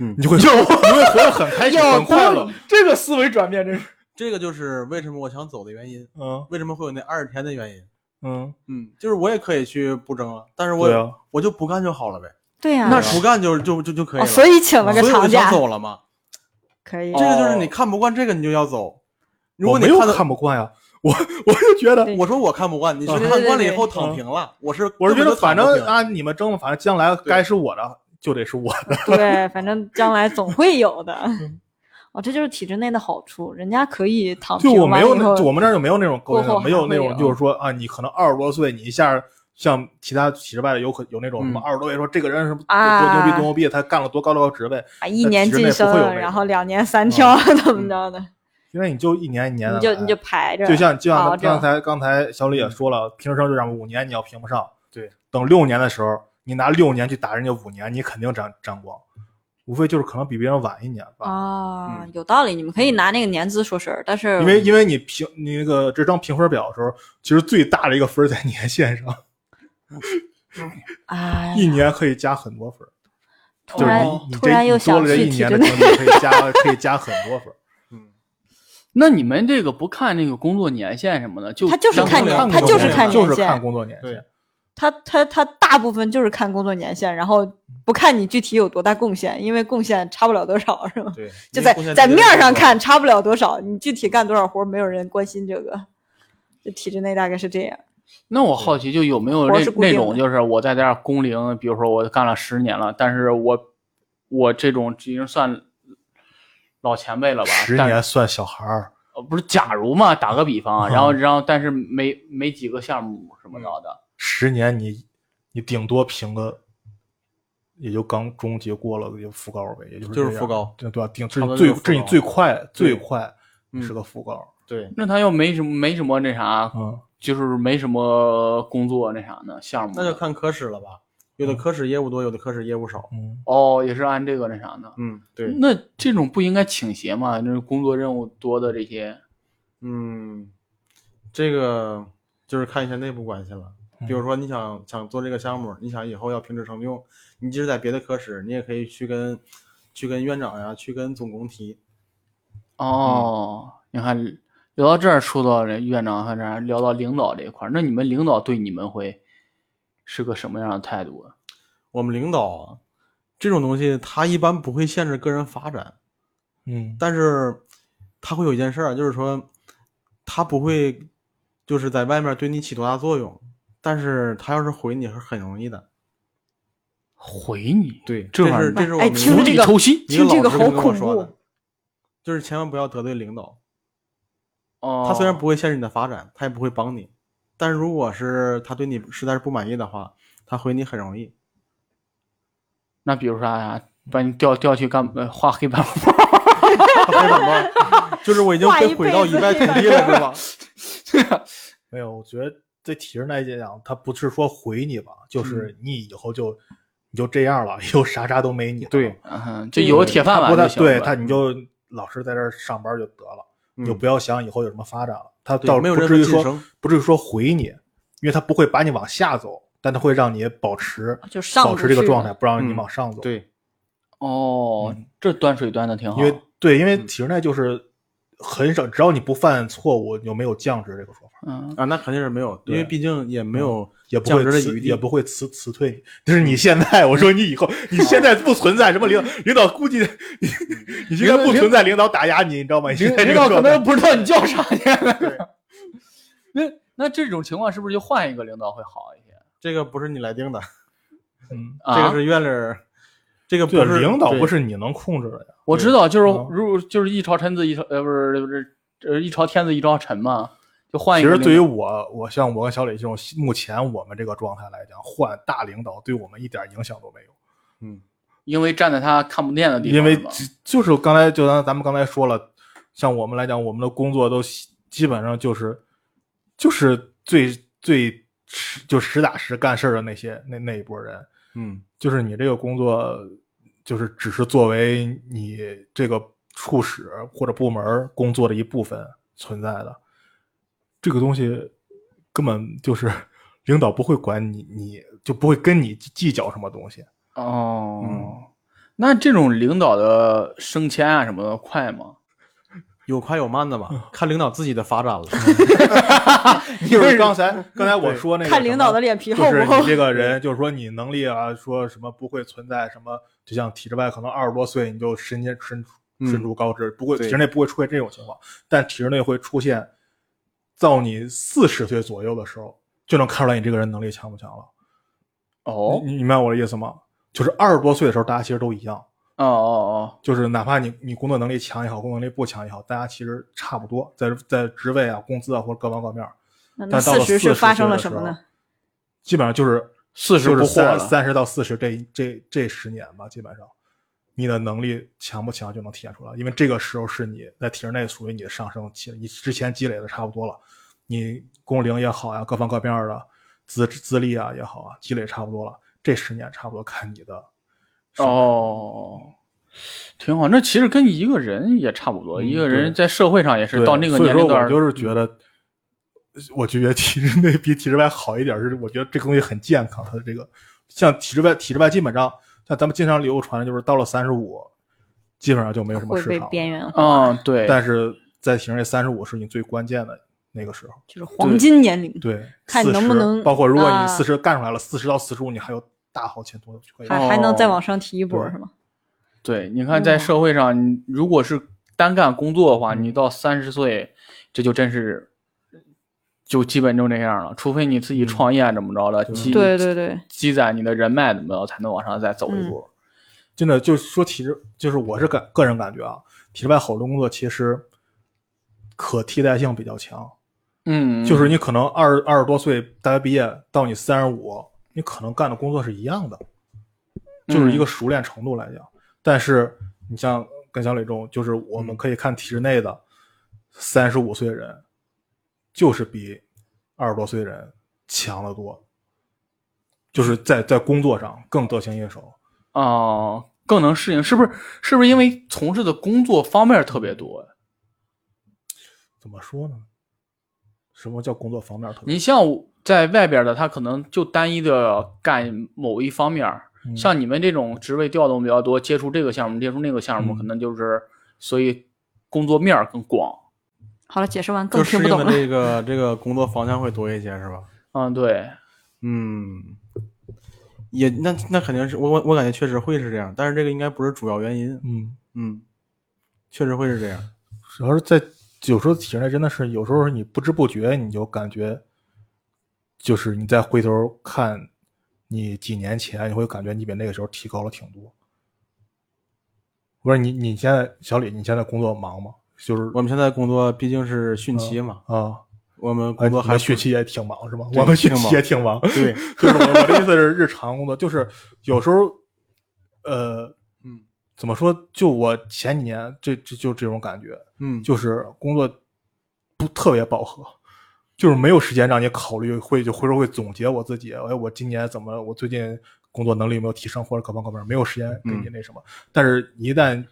嗯
你就会你会活得很开
[laughs]
心，很快乐。
这个思维转变真是
这个就是为什么我想走的原因，
嗯
为什么会有那二十天的原因。
嗯，
嗯，就是我也可以去不争啊，但是我、
对啊，
我就不干就好了呗，
对呀、
那不干就就就就可以了。
哦，所以请了个
所以我
长
就
假
想，走了嘛。
可以
哦
这个就是你看不惯这个你就要走。如
我
果你
没有
看得
看不惯呀，我我就觉得，
我说我看不惯，你是
啊
看惯了
对对
以
对
后躺平了。我是
我是觉得
根本就躺
反
不
正
平
啊，你们争了，反正将来该是我的就得是我的。 [laughs]
对，反正将来总会有的。
嗯
哦，这就是体制内的好处，人家可以躺
就
平
我没有
啊完了以
那，
后
就我们那儿就没有那种勾
过后
引，没有
还
那
会
种
有
就是说啊，你可能二十多岁，你一下像其他体制外的有可有那种什么
嗯
二十多岁说这个人什么多
啊
牛逼多牛逼，他干了多高多高职位，
啊一年
体制内
晋
不会有
升，
那种嗯
然后两年三跳， [laughs] 怎么着的，
因为你就一年一年的
你就你就嗯
来
排着，
就像就像
熬
刚
着
才刚才小李也说了，评生就让五年你要评不上，
对，
等六年的时候，你拿六年去打人家五年，你肯定沾沾光，无非就是可能比别人晚一年吧。
啊
嗯，
有道理。你们可以拿那个年资说事儿，但是
因为因为你评你那个这张评分表的时候，其实最大的一个分儿在年限上，
啊，
一年可以加很多分儿。
突
就是
然
你你
突
这
然
你
又
多
想
了这
去
一
体
年
制
的
内
经，
[laughs]
历，可以加可以加很多分儿。
嗯，
那你们这个不看那个工作年限什么的，就
他就是
相
看
当于
年
工
他
作
就是
年
看
就
年
是
限
看工作年
对
限。
他他他大部分就是看工作年限，然后不看你具体有多大贡献，因为贡献差不了多少，是吗？
对，
就
因为
在
贡献
在
别
面
人
儿上
的
看差不了多少，你具体干多少活儿，没有人关心这个。就体制内大概是这样，
那我好奇，就有没有
活
那
是固定
那
的
种，就是我在这儿工龄，比如说我干了十年了，但是我我这种已经算老前辈了吧？
十
但是
年算小孩儿，
呃不是，假如嘛，打个比方啊，
嗯嗯
然后然后但是没没几个项目什么着的，
十年你你顶多评个，也就刚中级过了，也就副高呗，也就是
就是
这样
副高
对对吧？顶这是
差不多
最
就是副
这是你
高
最快最快
嗯
是个副高，
对，
那他又没什么没什么那啥，
嗯，
就是没什么工作那啥呢项目呢，
那就看科室了吧。有的科室业务多，有的科室业务少。
嗯，
哦，也是按这个那啥呢。
嗯，对，
那这种不应该倾斜吗？那工作任务多的这些，
嗯，这个就是看一下内部关系了。比如说，你想想做这个项目，你想以后要评职称用，你即使在别的科室，你也可以去跟去跟院长呀，去跟总工提。
哦，你看聊到这儿，说到这院长和这儿聊到领导这一块儿，那你们领导对你们会是个什么样的态度啊？
我们领导啊，这种东西他一般不会限制个人发展，
嗯
但是他会有一件事儿，就是说他不会就是在外面对你起多大作用，但是他要是回你是很容易的。
回你，
对，
这
这
玩意儿
是这是我
哎
们
听
釜
这
底
个
抽薪
一个
听这
老
个
师
好
跟我
恐
说的
怖，
就是千万不要得罪领导。
哦。
他虽然不会限制你的发展，他也不会帮你，但是如果是他对你实在是不满意的话，他回你很容易。 [laughs]
那比如啥呀？把你调调去干呃画黑板报，
他回什么？ [laughs] 就是我已经被毁到一败涂地了，是吧？
没有，我觉得对体制来讲，他不是说毁你吧，
嗯
就是你以后就、你就这样了，以后啥啥都没你了。
对，
嗯，就有个铁饭
他
碗
不太
就行了。
对他，你就老实在这儿上班就得了，你就
嗯
不要想以后有什么发展了。他
对
倒
没有
不
任
至
何
于
晋
说
升
不至于说毁你，因为他不会把你往下走，但他会让你保持
啊就上
保
不
持这个
去
状
了
态，不让你
嗯
往上走。
对，
哦，
嗯
这端水端的挺好。
哦
因为对，因为体制内就是很少，只要你不犯错误，就没有降职这个说法，
嗯，
啊，那肯定是没有，因
对
为毕竟也没有
也不
降
会
职的
辞
余地，
也不会辞辞退你。就是你现在，我说你以后，你现在不存在什么领导，领导估计 [laughs] 你
嗯
你应该不存在领导打压你，你知道吗？你啊现
领
在这
领
个
导可
状态
能不知道你叫啥
对
呢。 [laughs] 那那这种情况是不是就换一个领导会好一些？
这个不是你来定的，
嗯，
啊
这个是院里儿，这个不
对，
是
领导不
对
是你能控制的呀。
我知道，就是
嗯
如就是一朝臣子一朝呃不是不是呃一朝天子一朝臣嘛，就换一
其
个
实
领导。
对于我，我像我跟小李这种目前我们这个状态来讲，换大领导对我们一点影响都没有。
因为站在他看不见的地方，
因为
是吧
只就是刚才就咱咱们刚才说了，像我们来讲，我们的工作都基基本上就是就是最最实就实打实干事儿的那些那那一波人，
嗯
就是你这个工作就是只是作为你这个处室或者部门儿工作的一部分存在的，这个东西根本就是领导不会管你，你就不会跟你计较什么东
[laughs]
西。
哦，
嗯
那这种领导的升迁啊什么的快吗？
有快有慢的吧，看领导自己的发展了。
就是刚才刚才我说那个
看
什
领
么
导的脸皮
就
厚
是你
不厚。
这个人，就是说你能力啊，说什么不会存在什么，就像体制外可能二十多岁你就身兼身身处高职，不会体
对
制内不会出现这种情况，但体制内会出现，到你四十岁左右的时候就能看出来你这个人能力强不强了。
哦
你你明白我的意思吗？就是二十多岁的时候，大家其实都一样，
哦哦
就是哪怕你你工作能力强也好，工作能力不强也好，大家其实差不多，在在职位啊、工资啊或者各方各面儿，
那那
但到
四
了
十
40
是发生了
岁
什
的
么
时候
呢？？
基本上就是
40
就是
不惑
三
了
三十到四十这这这十年吧，基本上你的能力强不强就能体现出来，因为这个时候是你在体制内属于你的上升期，你之前积累的差不多了，你工龄也好呀，各方各面儿的资资历啊也好啊，积累差不多了，这十年差不多看你的
哦哦，挺好。那其实跟一个人也差不多，
嗯
一个人
对
在社会上也是
对
到那个
所以
年
说
龄
我
段，嗯
就是觉得，我就觉得体制内比体制外好一点，是我觉得这个东西很健康。它的这个像体制外，体制外基本上像咱们经常流传的就是到了三十五，基本上就没有什么啊
会
市
被
场。
边缘化，
嗯，对，
但是在体制内，三十五是你最关键的那个时候。
就是黄金年龄。
对，
看
40
能不能
包括如果
啊
你四十干出来了，四十、到四十五，你还有大好前途可以。
还还能再
哦
往上提一波
对
是吗？
对，你看
嗯
在社会上，你如果是单干工作的话，你到三十岁，这就真是就基本就那样了，除非你自己创业啊怎么着的，
嗯
积
嗯对对嗯对，
积攒你的人脉怎么着，才能往上再走一步。
真的就是说体制，就是我是感个人感觉啊，体制外好多工作其实可替代性比较强。
嗯，
就是你可能二二十多岁大学毕业到你三十五，你可能干的工作是一样的，
嗯
就是一个熟练程度来讲。但是你像跟小李这种，就是我们可以看体制内的三十五岁的人，就是比二十多岁的人强得多，就是在在工作上更得心应手。
哦、更能适应，是不是？是不是因为从事的工作方面特别多？
怎么说呢？什么叫工作方面特别？
你像在外边的，他可能就单一的干某一方面儿，
嗯
像你们这种职位调动比较多，接触这个项目，接触那个项目，
嗯
可能就是所以工作面儿更广。
好了，解释完更
就
听
适
不
应
懂
的
了。
这个这个工作方向会多一些，是吧？
嗯，对，
嗯，也那那肯定是我我我感觉确实会是这样，但是这个应该不是主要原因。
嗯，
嗯，确实会是这样。
主要是在有时候体制内真的是，有时候你不知不觉你就感觉，就是你再回头看你几年前，你会感觉你比那个时候提高了挺多。我说你你现在小李，你现在工作忙吗？就是
我们现在工作毕竟是汛期嘛，
啊，
我们
哎
工作
你
还
们学期也挺忙是吗？
对
我们学
挺
期
忙
也挺忙，
对， [laughs]
就是我我的意思是日常工作，就是有时候，呃，
嗯
怎么说？就我前几年这这就这种感觉，
嗯，
就是工作不特别饱和，就是没有时间让你考虑会就回头会总结我自己，哎，我今年怎么我最近工作能力有没有提升或者各方各面，没有时间给
嗯
你那什么。但是，一旦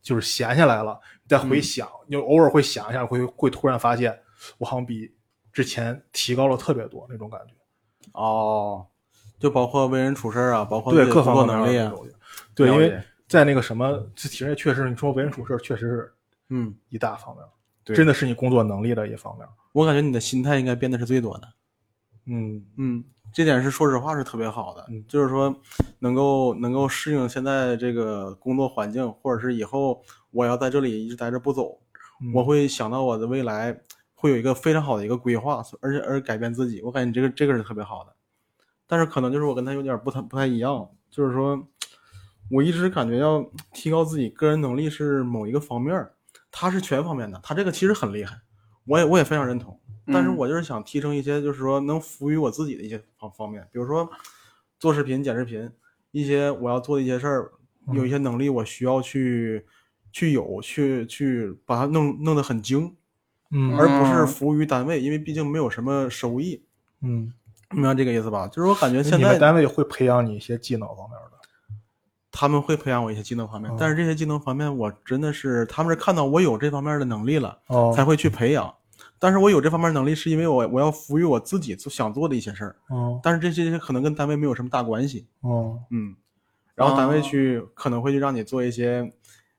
就是闲下来了，你再
嗯
回想，你偶尔会想一下，会会突然发现，我好像比之前提高了特别多那种感觉。
哦，就包括为人处事啊，包括
对
自己
各
的工
方
作
各面
能力
的
啊
东西。对，
了
因
解
为在那个什么，这体内确实，你说为人处事确实是
嗯，
一大方面，
对
真的是你工作能力的一方面。
我感觉你的心态应该变得是最多的。
嗯
嗯，这点是说实话是特别好的，
嗯
就是说能够能够适应现在这个工作环境，或者是以后我要在这里一直待着不走，
嗯
我会想到我的未来会有一个非常好的一个规划，所而且而改变自己，我感觉这个这个是特别好的。但是可能就是我跟他有点不太不太一样，就是说我一直感觉要提高自己个人能力是某一个方面儿，他是全方面的，他这个其实很厉害，我也我也非常认同。但是
嗯
我就是想提升一些，就是说能服务于我自己的一些方方面，比如说做视频、剪视频，一些我要做的一些事儿，
嗯
有一些能力我需要去去有去去把它弄弄得很精，
嗯
而不是
嗯
服务于单位，因为毕竟没有什么收益，
嗯，
明白这个意思吧？就是我感觉现
你们
在
单位会培养你一些技能方面的。
他们会培养我一些技能方面，
哦
但是这些技能方面我真的是他们是看到我有这方面的能力了，
哦
才会去培养。但是我有这方面能力，是因为我我要服务于我自己做想做的一些事儿。
哦
但是这些可能跟单位没有什么大关系，
哦，
嗯，然后单位
哦
去、可能会去让你做一些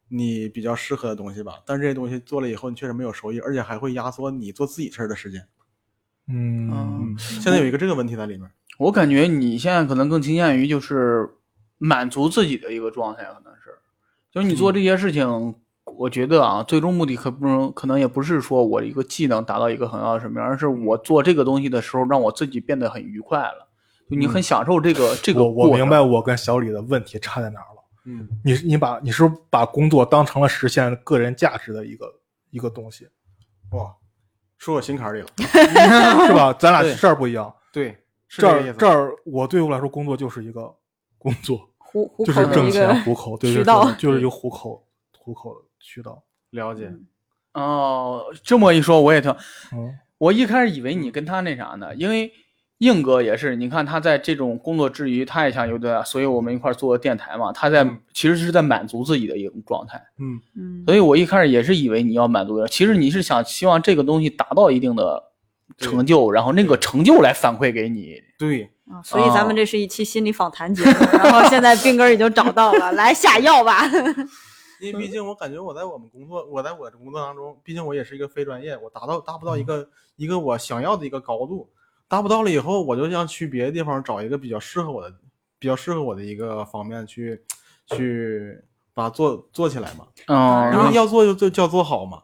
你比较适合的东西吧，但是这些东西做了以后，你确实没有收益，而且还会压缩你做自己事儿的时间。
嗯
嗯
现在有一个这个问题在里面，
我感觉你现在可能更倾向于就是满足自己的一个状态，可能是，就是你
嗯
做这些事情，我觉得啊，最终目的可不能可能也不是说我一个技能达到一个很高的什么样，而是我做这个东西的时候，让我自己变得很愉快了，就你很享受这个、这个
嗯我我
过
明
程
白我跟小李的问题差在哪儿了。
嗯，
你你把你是不是把工作当成了实现个人价值的一个一个东 [laughs] 西，
哇，说我心坎儿里了，
是吧？咱俩
对
这儿不一样，
对，
这
是这个
儿
意思。
这儿我对我来说，工作就是一个工作，
虎虎
就
口
是
的
挣
一
钱
个
糊口， [laughs] 对，
渠
对
道
对就是一个糊口糊口的渠道。
了解，
哦。这么一说，我也挺，
嗯
我一开始以为你跟他那啥呢，因为硬哥也是，你看他在这种工作之余，他也想有点，所以我们一块儿做电台嘛，他在、
嗯
其实是在满足自己的一种状态。
嗯，
嗯，
所以我一开始也是以为你要满足人，其实你是想希望这个东西达到一定的成就，然后那个成就来反馈给你。
对，
啊所以咱
哦
们这是一期心理访谈节目，然后现在病根儿已经找到了，来下药吧。
因为毕竟我感觉我在我们工作，我在我的工作当中，毕竟我也是一个非专业，我达到达不到一个、一个我想要的一个高度，达不到了以后，我就想去别的地方找一个比较适合我的、比较适合我的一个方面去去把它做做起来嘛。
嗯，
啊然后要做就就叫做好嘛。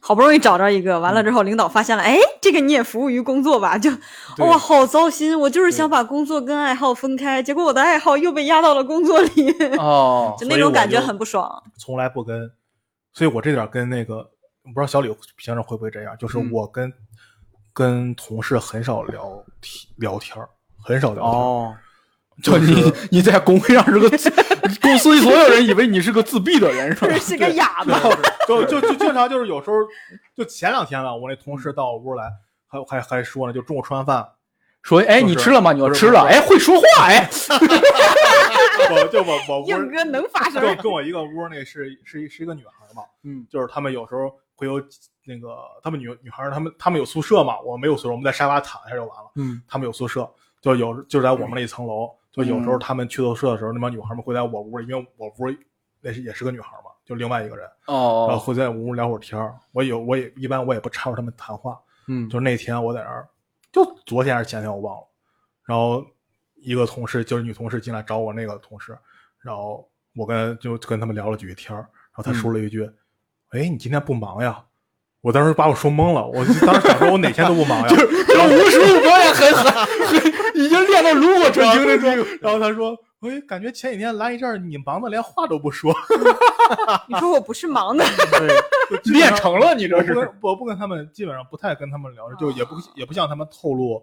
好不容易找着一个，完了之后领导发现了，哎，这个你也服务于工作吧？ [laughs] 就
对
哇，好糟心！我就是想把工作跟爱好分开，结果我的爱好又被压到了工作里， [laughs]
[laughs]
哦，
就
所
那
以
种
我
感觉
就
很不爽。
从来不跟，所以我这点跟那个我不知道小李平时会不会这样，就是
嗯
我跟、跟同事很少聊天聊天儿，很少聊天儿。 [laughs]
哦，
就你你在工会上是个自公司所有人以为你是个自闭的人是吧？
是个哑巴，
就就就经常就是有时候，就前两天了，我那同事到我屋来，还还还说呢，就中午吃完饭，
说哎，
不
你
是
吃了吗？你说
不是
吃了，
不是
哎，会说话哎，
我就我我屋
[laughs] 硬哥能发声
就跟我一个屋那是是是一个女孩嘛，
嗯
就是他们有时候会有那个他们女女孩儿，他们他们有宿舍嘛？我没有宿舍，我们在沙发躺一下就完了。
嗯，
他们有宿舍，就有就在我们那一层楼，就有时候他们去宿舍的时候，那帮女孩们会在我屋，因为我屋那是也是个女孩嘛，就另外一个人，然后
哦，
会在我屋聊会儿天儿。我有我也一般我也不掺和他们谈话，
嗯，
就是那天我在那儿，就昨天还是前天我忘了，然后一个同事就是女同事进来找我那个同事，然后我跟就跟他们聊了几句天儿然后他
嗯
说了一句：“哎、你今天不忙呀？”我当时把我说懵了，我就当时想说，我哪天都不
[laughs]
忙呀？
这无实物表演很很，已经练到炉火纯青的地步。
然后他说：“哎，感觉前几天来一阵儿，你忙的连话都
[laughs]
不说，
你说我不是忙的，
[laughs]
就
练成了，你
我
这
不
是
跟我不跟他们，基本上不太跟他们聊，就也不
啊
也不向他们透露，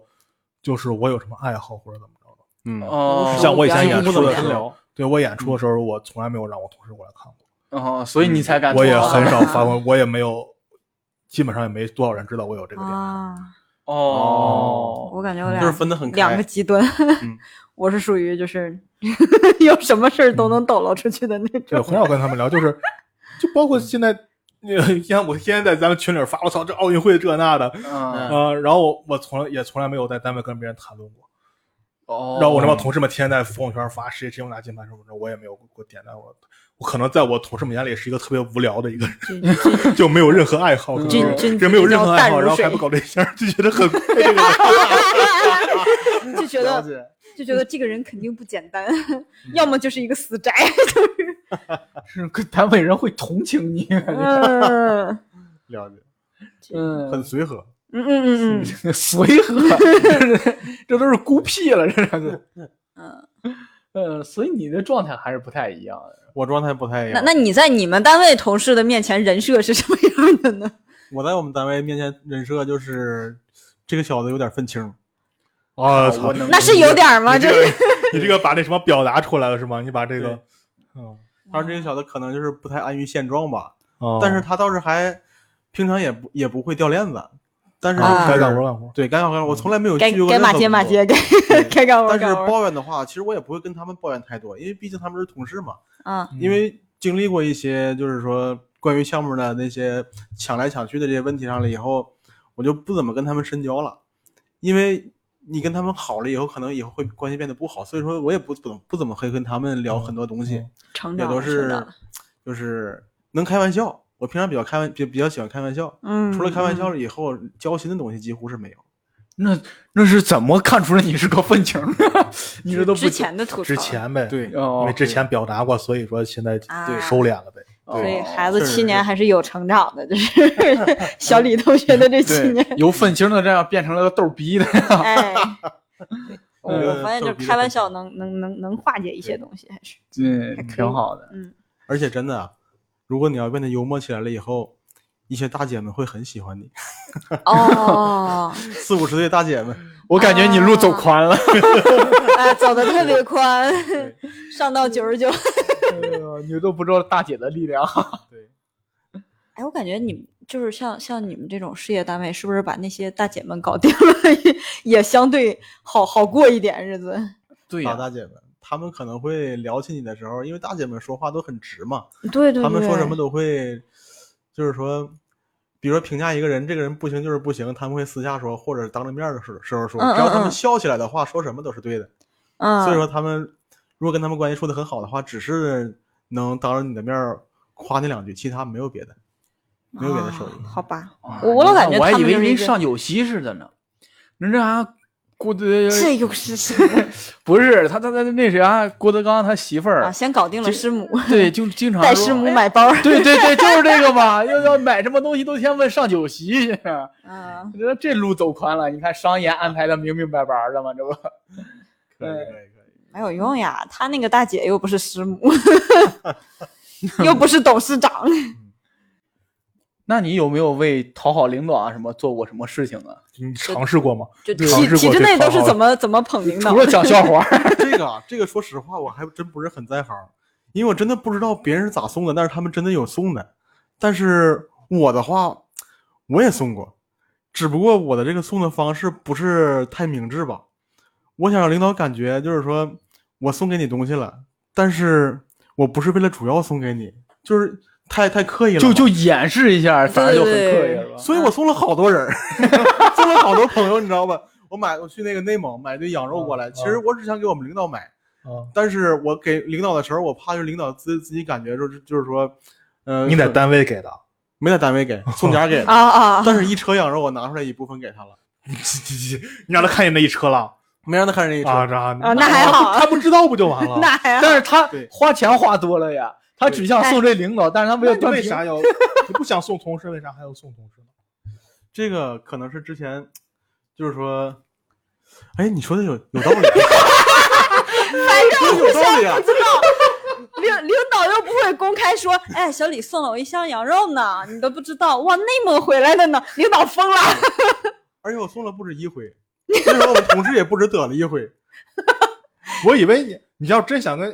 就是我有什么爱好或者怎么着的。
嗯，
哦
像我以
不
前
要
演
不
出
怎么
的时
聊
候，对我演出的时候，我从来没有让我同事过来看过，
哦，所以你才敢
嗯
啊
我也
做
很
啊
少发过，我也没有，基本上也没多少人知道我有这个电台。
啊，
哦，
我感觉我俩
就是分得很开
两个极端，
嗯
[laughs] 我是属于就是 [laughs] 有什么事儿都能抖搂出去的那
对，[laughs]
种。[laughs]
很少跟他们聊，就是就包括现在，呃，像我天天在咱们群里发，我操，这奥运会这那的，
嗯
啊，然后我我从来也从来没有在单位跟别人谈论过。
哦，
然后我那帮同事们天天在朋友圈发谁谁又拿金牌什么的，我也没有给我点赞我。我可能在我同事们眼里是一个特别无聊的一个人，就没有任何爱好，
嗯
就
君
是
君
人没有任何爱
比较淡
好，
如
然后还
水
不搞对象，就觉得很 [laughs] 配
[laughs]
这个人。
就觉
了
得
解
就觉得这个人肯定不简单， [laughs] 要么就是一个死宅。
是跟单位人会同情你，
[laughs] 嗯
了解，
[laughs] 嗯，
很随和。
嗯嗯嗯嗯，
随和， [laughs] 这是这都是孤僻了，这两个。
嗯，
呃，所以你的状态还是不太一样的。
我状态不太
那
一样。
那你在你们单位同事的面前人设是什么样的
[laughs]
呢？
我在我们单位面前人设就是这个小子有点愤青，
啊，
我
操！ [laughs]
能
那是有点儿吗？
你这
这
个你这个把那什么表达出来了是吗？你把这个
对，他说这个小子可能就是不太安于现状吧，
哦
但是他倒是还平常也不也不会掉链子，但是
啊
该
就是
干活干嗯活。
对该干活干活，我从来没有
该
拒绝过
该
任何
骂街骂
工作 [laughs]
街，该该干活
但是
干活。
抱怨的话，其实我也不会跟他们抱怨太多，因为毕竟他们是同事嘛。
嗯
嗯
因为经历过一些就是说关于项目的那些抢来抢去的这些问题上了以后，我就不怎么跟他们深交了，因为你跟他们好了以后，可能以后会关系变得不好，所以说我也不不怎不怎么会跟他们聊很多东
嗯
西，
成
也
长
都
了成
是
长了
就是能开玩笑。我平常比较开玩比比较喜欢开玩笑，
嗯，
除了开玩笑
嗯
了以后，交心的东西几乎是没有。
那那是怎么看出来你是个愤青的？ [laughs] 你这都不
之前的吐槽，
之前呗，，
对，
因
哦
为，之前表达过，所以说现在
啊
收敛了呗。
哦
所以孩
确
子
实
七年
是
还是有成长的，就是 [laughs] 小李同学的这七
对
年，
[laughs]
由愤青的这样变成了个逗逼的，
哎，我
嗯
我发现
逗
就是
逼的
开玩
很
笑能能能能化解一些东西，还
[laughs]
是
[laughs] 嗯
还，可以
挺好的。
嗯
而且真的啊，如果你要变得幽默起来了以后，一些大姐们会很喜欢你，
哦，
四五十岁大姐
[laughs]
们。
我感觉你路走宽了，
哎，走的特别宽，上到九十九。
哎 [laughs] 呦你都不知道大姐的力量。
哎，我感觉你们就是像像你们这种事业单位，是不是把那些大姐们搞定了， [laughs] 也也相对好好过一点日子？
[laughs] 对
打
呀，
大姐们，她们可能会聊起你的时候，因为大姐们说话都很直嘛，
对对对，
她们说什么都会，就是说，比如说评价一个人，这个人不行就是不行，他们会私下说，或者当着面的时候时候说，
嗯嗯
只要他
嗯
们笑起来的话，说什么都是对的。
嗯，
所以说，他们如果跟他们关系处的很好的话，只是能当着你的面儿夸你两句，其他没有别的， [laughs] 没有别的收益
啊。好吧，
啊
我我老感觉
我还
他
以
们
为
就是一
跟
个
上有戏似的呢，人这还郭德
这又是什么？
不是他他他那谁啊，郭德纲他媳妇
啊，
儿，
先搞定了
这
师母，
对，就经常
带
说
师母
哎
买包。
对对对，就是这个嘛，要要买什么东西都先问上酒席。啊
嗯，
我觉得这路走宽了，你看商演安排的明明白白的嘛，这不？
可以
对
可以可以，
没有用呀，他那个大姐又不是师母，又不是董事长。
那你有没有为讨好领导啊什么做过什么事情啊呢？
你尝试过吗？
就
对
体
尝试
体
过
制
这
内
套
都是
好
怎么怎么捧领导
除？了讲笑
[laughs]
话，
这个啊，这个说实话，我还真不是很在行，因为我真的不知道别人是咋送的，但是他们真的有送的。但是我的话，我也送过，只不过我的这个送的方式不是太明智吧。我想让领导感觉就是说我送给你东西了，但是我不是为了主要送给你，就是太太刻意了嘛，
就就掩饰一下，反正就很
对
刻
对
意
对
是吧？
所
嗯
以我送了好多人儿， [laughs] 送了好多朋友，你知道吧？我买我去那个内蒙买堆羊肉过来，
嗯
其实我只想给我们领导买，
啊，
但是我给领导的时候，我怕就是领导自自己感觉就是就是说，呃，
你在单位 [laughs] 给的，
没在单位给，送家给
[laughs]
啊
的，
啊，
但是一车羊肉我拿出来一部分给他了，
你让他看见那一车了
没让他看这一车。
啊，然后
啊那还好啊
他不知道不就完了？
[laughs] 那还好
但是他
对
花钱花多了呀，他只想送这领导，但是他为
那
了
你
端
为
平
啥
[laughs]
要？你不想送同事，为啥还要送同事呢？
这个可能是之前就是说，哎，你说的有有道理，啊
反正
有道理啊
不。知道。领领导又不会公开说，哎，小李送了我一箱羊肉呢，你都不知道，哇，内蒙回来的呢，领导疯了。
[laughs] 而且我送了不止一回，那时候我们同事也不止得了一回。
我以为你，你要真想跟，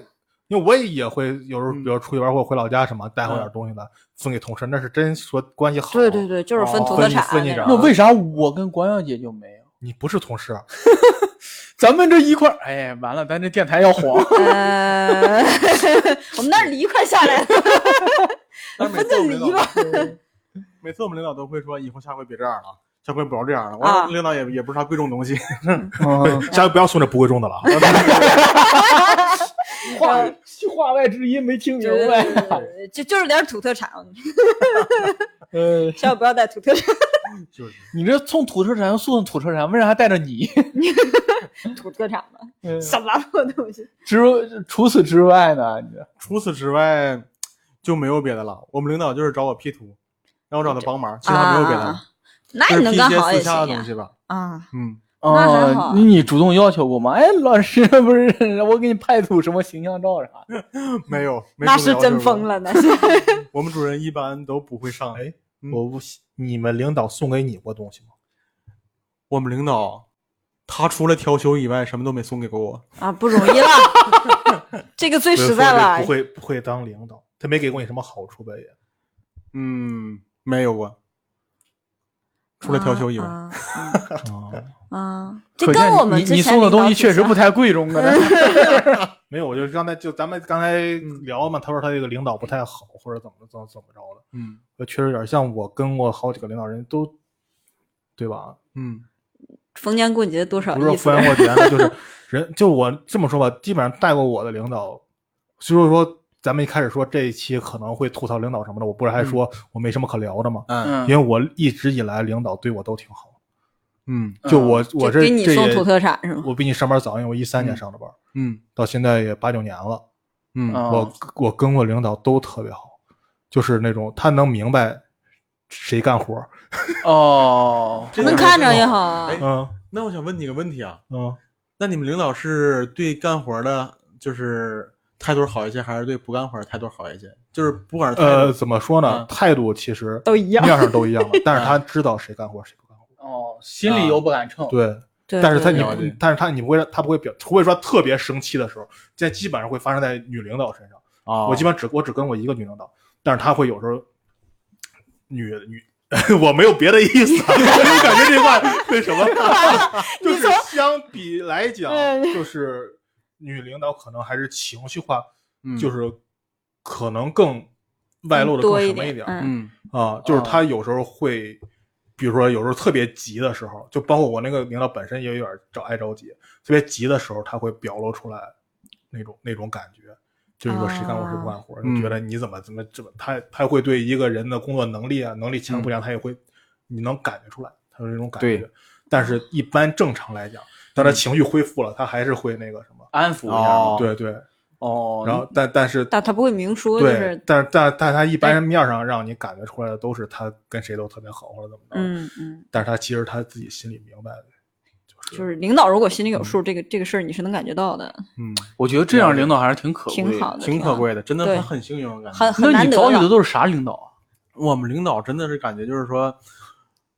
因为我也会有时候，比
嗯
如出去玩或者回老家什么，带回点东西来送给同事，那是真说关系好。
嗯对对，对，就是分
哦
土特
分
产
分
那
一
种
张
那为啥我跟光耀姐就没有？
你不是同事，
[laughs]
咱们这一块儿，哎，完了，咱这电台要
[laughs]
黄。 [laughs]
呃， [laughs] 我们那儿梨快下来了，
但是每
分
次我
的
们
梨
领导
吧，
每次我们领导都会说，以后下回别这样了，啊下回不要这样了。我
啊
说领导也也不是啥贵重东西， [laughs]
嗯，
下回不要送这不贵重的
[laughs]
了啊。
话话外之音没听明白。
就就是点土特产，
呃，
千万不要带土特产，
就是
你这送土特产又送土特产，为啥还带着你？
土特产嘛，
嗯
什么破东西？
[laughs] 之除此之外呢？你这
除此之外就没有别的了。我们领导就是找我 P 图，让我找他帮忙，其他没有别的
啊
了，
那
就
你
是 P
能
一
干
些
好
私
也
下的
行
东
呀
西吧。
啊，
嗯，
那还
哦，
好
你你主动要求过吗？哎，老师 [laughs] 不是我给你拍组什么形象照啥的？
没有，没
那是
什么要
真
求
疯了，
的。
那是。
[laughs] 我们主任一般都不会
啊
上来。
哎，
嗯
我不信，你们领导送给你过东西吗？
我们领导他除了调休以外，什么都没送给过我。
啊，不容易了，这个最实在了
不。会不会当领导，他没给过你什么好处呗？也
嗯，没有过，除了调休以外。
啊，
啊，
啊啊这
可见
跟我们
你
之
你
前嗯
送的东西
领导
确
组织
实不太贵
[laughs]
重的。
没有，我就刚才就咱们刚才
嗯
聊嘛，他说他这个领导不太好，或者怎么怎么怎么着的，
嗯
就确实有点像我跟过好几个领导人都，对吧？
嗯
逢年过节多少
不是
意思
分过钱的，就是 [laughs] 人，就我这么说吧，基本上带过我的领导，就是说咱们一开始说这一期可能会吐槽领导什么的，我不是还
嗯
说我没什么可聊的嘛，
嗯
嗯
因为我一直以来领导对我都挺好，
嗯
就我我
就
这
给你
这
送
也
土特产是吗？
我比你上班早，因为我一三年上的班，
嗯
到现在也八九年了。
嗯
哦
啊
我我跟过领导都特别好，就是那种他能明白谁干活儿。
哦，
这
能
个
看着
领
也
导
好啊
哎。
嗯
那我想问你个问题啊，
嗯，
那你们领导是对干活的，就是态度好一些，还是对不干活的态度好一些？就是不管是态
呃，
度，
怎么说呢？
嗯
态度其实
都一样嗯
面上都一
[laughs]
样的，但是他知道谁干活儿谁不干活儿。
哦，心里又不敢称。
对，
对，
但是他
对
你
了解
但是他你不会他不会表，除非说特别生气的时候，这基本上会发生在女领导身上。
啊
我基本上只我只跟我一个女领导，但是她会有时候女女。 [laughs] 我没有别的意思、啊， [laughs] 我感觉这话那什
[laughs]
么，就是相比来讲，
嗯
就是女领导可能还是情绪化，
本
就是可能更外露的更
多
什
一
么
点
点
嗯
嗯
啊，就是她有时候会，比如说有时候特别急的时候，就包括我那个领导本身也有点着爱着急，特别急的时候，她会表露出来那种那种感觉。就是说谁干活谁不干活，
嗯
你觉得你怎么怎么怎么，他他会对一个人的工作能力啊、能力强不强，他也会，你能感觉出来，他有这种感觉
嗯对。嗯
但是，一般正常来讲，当他情绪恢复了，他还是会那个什么，
安抚一下。
哦
对对。
哦，
然后，但但是
但他不会明说，就
对
是，哎
但但但他一般面上让你感觉出来的都是他跟谁都特别好或者怎么着，
嗯嗯，
但是他其实他自己心里明白的，就是
就是领导如果心里有数，这个这个事儿你是能感觉到的，
嗯，
我觉得这样领导还是挺可贵的。
挺好的，
挺可
好的，
贵的，真的
对
很很幸运，我感觉。
很很
那
难
你
得
遭遇的
了
都是啥领导啊？
我们领导真的是感觉就是说，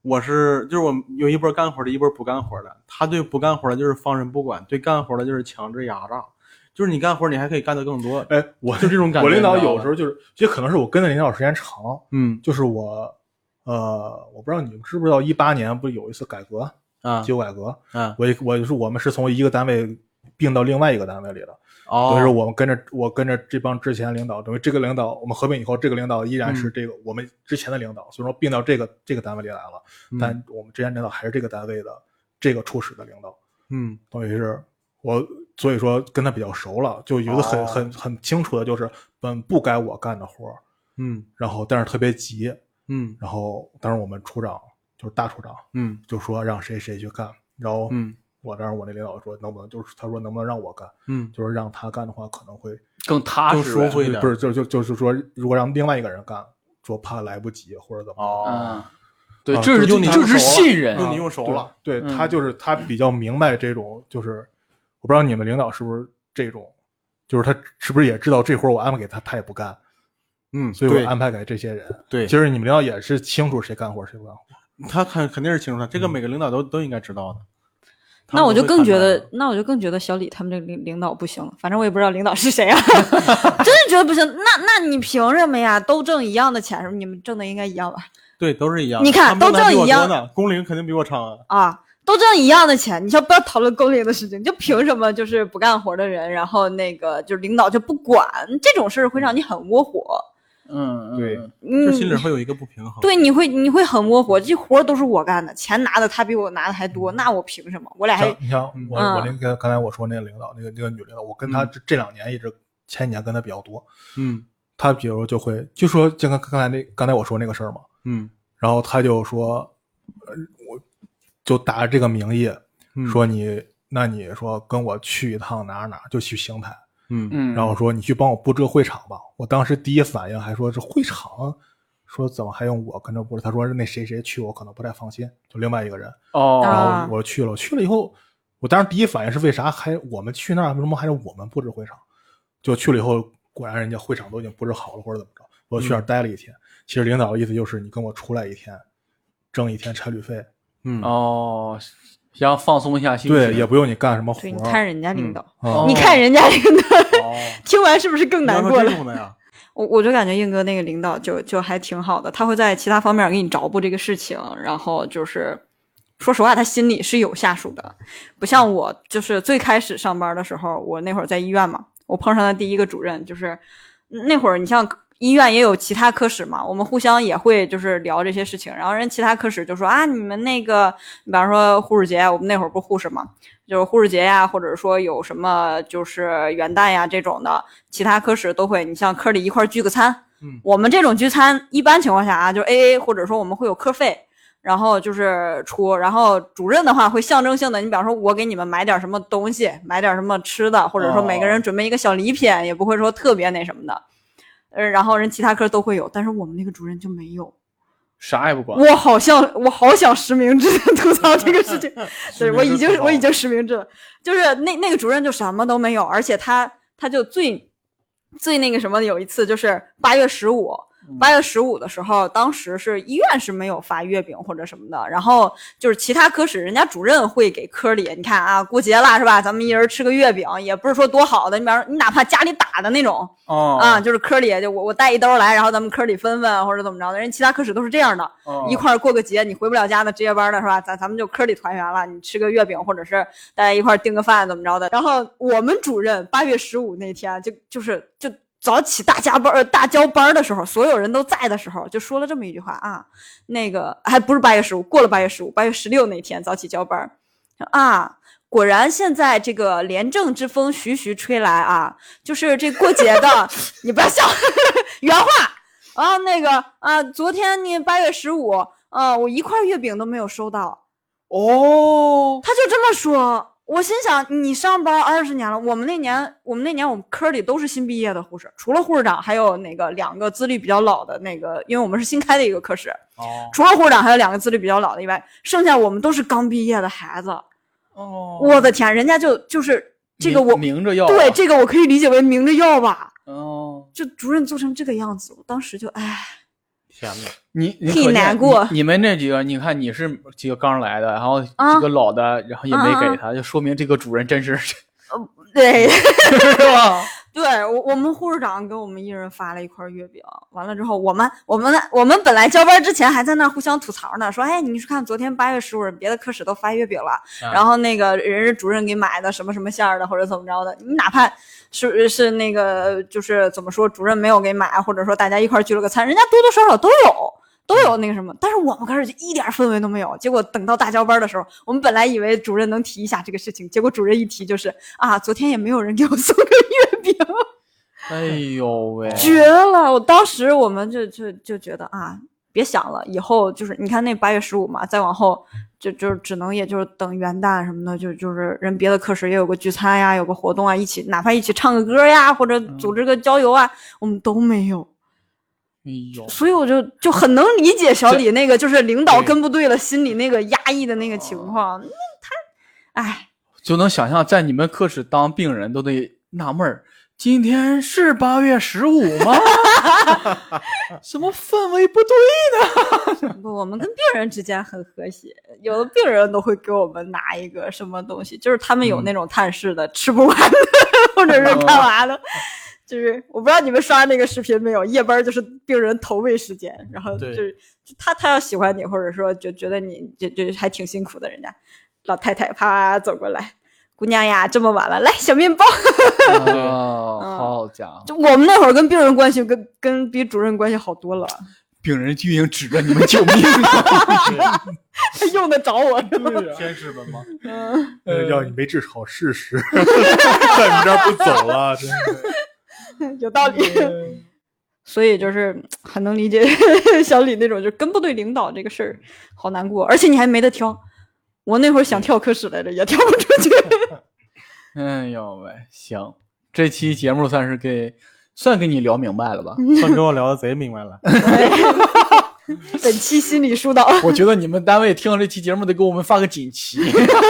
我是就是我们有一波干活的，一波不干活的。他对不干活的就是放任不管，对干活的就是强制压榨，就是你干活你还可以干得更多。
哎，我
就这种感觉
我领导
你知道
有
吧
时候就是，也可能是我跟的领导时间长，
嗯
就是我，呃，我不知道你们知不知道，一八年不是有一次改革，
啊
机构改革，
啊
我一我就是我们是从一个单位并到另外一个单位里了。
哦
等于是我们跟着我跟着这帮之前领导，等于这个领导我们合并以后，这个领导依
嗯
然是这个、我们之前的领导，所以说并到这个这个单位里来了。
嗯
但我们之前领导还是这个单位的这个初始的领导，
嗯
等于是我所以说跟他比较熟了，就有一个很、
哦
很很清楚的就是本不该我干的活儿，
嗯
然后但是特别急，
嗯
然后当时我们处长就是大处长
嗯
就说让谁谁去干，然后
嗯
我当时我那领导说能不能就是他说能不能让我干，
嗯
就是让他干的话可能会
更踏实呗。
更舒服一点
不是就就就是说如果让另外一个人干，说怕来不及或者怎么样。
哦，
嗯，对，
啊
这是
就你
这是信任，啊
用你用熟了，
对
嗯
他就是他比较明白这种，就是我不知道你们领导是不是这种，就是他是不是也知道这活儿我安排给他，他也不干，
嗯，
所以
对
我安排给这些人。
对
其实你们领导也是清楚谁干活谁不干活。
他肯肯定是清楚的，这个每个领导都都应该知道的。
嗯
他
那
们
我就
都会
更
判
觉
断
得
的，
那我就更觉得小李他们这个领领导不行了。反正我也不知道领导是谁啊， [laughs] 真是觉得不行。那那你凭什么呀？都挣一样的钱，是不你们挣的应该一样吧？
对，都是一样的。
你看
他们挣
都
的还比
挣
我
一样
多呢，工龄肯定比我长啊。
啊，都挣一样的钱，你就不要讨论工龄的事情，就凭什么就是不干活的人，然后那个就是领导就不管这种事儿，会让你很窝火。
嗯，嗯
对
嗯
嗯，
这心里会有一个不平衡。
对，你会你会很窝火，这活儿都是我干的，钱拿的他比我拿的还多，那我凭什么？我俩还
哎
像你像我、
嗯
我那个刚才我说那个领导，那个那个女领导，我跟她
嗯
这这两年一直前几年跟她比较多，
嗯
她比如就会就说就跟刚才那刚才我说那个事儿嘛，
嗯
然后她就说，呃我就打着这个名义
嗯，
说你，那你说跟我去一趟哪儿哪儿，就去邢台，
嗯
嗯，
然后说你去帮我布置个会场吧。我当时第一反应还说这会场，说怎么还用我跟着布置？他说那谁谁去，我可能不太放心，就另外一个人。然
哦，
啊
后我去了，我去了以后，我当时第一反应是为啥还我们去那儿，为什么还是我们布置会场？就去了以后，果然人家会场都已经布置好了，或者怎么着，我去那儿
嗯
待了一天。其实领导的意思就是你跟我出来一天，挣一天差旅费，
嗯
哦，想放松一下心情，
对，也不用你干什么活
对
儿。
你看人家领导，
哦
啊
你看人家领导，
嗯哦，
[laughs] 听完是不是更
你
难
要
过
说
了
这？种
[laughs]
的呀，
我我就感觉硬哥那个领导就就还挺好的，他会在其他方面给你着补这个事情，然后就是说实话，他心里是有下属的，不像我，就是最开始上班的时候，我那会儿在医院嘛，我碰上的第一个主任就是嗯那会儿，你像医院也有其他科室嘛，我们互相也会就是聊这些事情，然后人其他科室就说啊，你们那个，比方说护士节，我们那会儿不是护士嘛，就是护士节呀，或者说有什么就是元旦呀这种的，其他科室都会，你像科里一块儿聚个餐，
嗯
我们这种聚餐一般情况下啊，就是 A A，或者说我们会有科费，然后就是出，然后主任的话会象征性的，你比方说我给你们买点什么东西，买点什么吃的，或者说每个人准备一个小礼品，也不会说特别那什么的。呃，然后人其他科都会有，但是我们那个主任就没有。
啥也不管，
我好像我好想实名制地吐槽这个事情，对我已经我已经实名制了，就是那那个主任就什么都没有，而且他他就最最那个什么的，有一次就是八月十五。八月十五的时候，当时是医院是没有发月饼或者什么的，然后就是其他科室，人家主任会给科里，你看啊，过节啦是吧？咱们一人吃个月饼，也不是说多好的，你比方说你哪怕家里打的那种，
哦
啊，就是科里就我我带一兜来，然后咱们科里分分或者怎么着的，人家其他科室都是这样的，
哦
一块儿过个节，你回不了家的值夜班的是吧？咱咱们就科里团圆了，你吃个月饼或者是大家一块儿订个饭怎么着的。然后我们主任八月十五那天就就是就早起大加班呃大交班的时候，所有人都在的时候，就说了这么一句话啊，那个还不是八月十五，过了八月十五，八月十六那天早起交班儿啊。果然，现在这个廉政之风徐徐吹来啊，就是这过节的， [laughs] 你不要笑，原话啊，那个啊，昨天你八月十五，啊，我一块月饼都没有收到。
哦，
他就这么说，我心想，你上班二十年了，我们那年，我们那年我们科里都是新毕业的护士，除了护士长，还有那个两个资历比较老的那个，因为我们是新开的一个科室，
哦
除了护士长还有两个资历比较老的以外，剩下我们都是刚毕业的孩子。
哦，
我的天，人家就就是这个
明
我，
明着要啊
对这个我可以理解为明着要吧。
哦，
就主任做成这个样子，我当时就唉，
天哪！
你你
替
可见
难过
你，你们那几个，你看你是几个刚来的，然后
啊
几个老的，然后也没
啊啊啊
给他，就说明这个主任真是是
对
吧？
[laughs] 对，我我们护士长给我们一人发了一块月饼，完了之后，我们我们我们本来交班之前还在那儿互相吐槽呢，说哎，你去看昨天八月十五日别的科室都发月饼了，
啊
然后那个人是主任给买的什么什么馅儿的或者怎么着的，你哪怕是是那个就是怎么说主任没有给买，或者说大家一块儿聚了个餐，人家多多少少都有。都有那个什么，但是我们开始就一点氛围都没有。结果等到大交班的时候，我们本来以为主任能提一下这个事情，结果主任一提就是啊，昨天也没有人给我送个月饼，
[laughs] 哎呦喂，
[laughs] 绝了！我当时我们就就就觉得啊，别想了，以后就是你看那八月十五嘛，再往后就就只能也就是等元旦什么的，就就是人别的科室也有个聚餐呀，有个活动啊，一起哪怕一起唱个歌呀，或者组织个郊游啊，我们都没有。
哎呦，
所以我就就很能理解小李那个就是领导
对
跟不对了，心里那个压抑的那个情况。那他，哎，
就能想象在你们科室当病人都得纳闷儿，今天是八月十五吗？ [laughs] 什么氛围不对？
不，我们跟病人之间很和谐，有的病人都会给我们拿一个什么东西，就是他们有那种探视的，吃不完的， [laughs] 或者是干嘛的。就是我不知道你们刷那个视频没有，夜班就是病人投喂时间，然后就
对
是就他他要喜欢你，或者说就觉得你就就还挺辛苦的，人家老太太啪走过来，姑娘呀，这么晚了，来小面包。 [laughs] 嗯
哦，好家伙！
就我们那会儿跟病人关系跟跟比主任关系好多了， [laughs]
病人就应
[laughs]
指着你们救命
他用得着我。 [laughs]
天使们吗？
嗯，
呃要你没治好事实，在你这儿不走了，真是。
[laughs] 有道理。所以就是很能理解 [laughs] 小李那种，就跟不对领导这个事儿，好难过。而且你还没得挑，我那会儿想跳科室来着，也跳不出去。
哎呦喂，行，这期节目算是给算给你聊明白了吧？
算跟我聊的贼明白了。
本期心理疏导，
[laughs] 我觉得你们单位听了这期节目得给我们发个锦旗，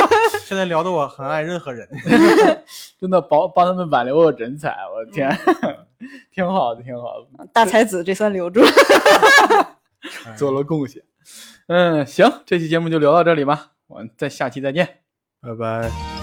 [laughs]
现在聊的我很爱任何人，
真的帮帮他们挽留个人才，我的天， [laughs] 挺好的，挺好的。
大才子这算留住。
做了贡献。嗯，行，这期节目就聊到这里吧，我们在下期再见。
拜拜。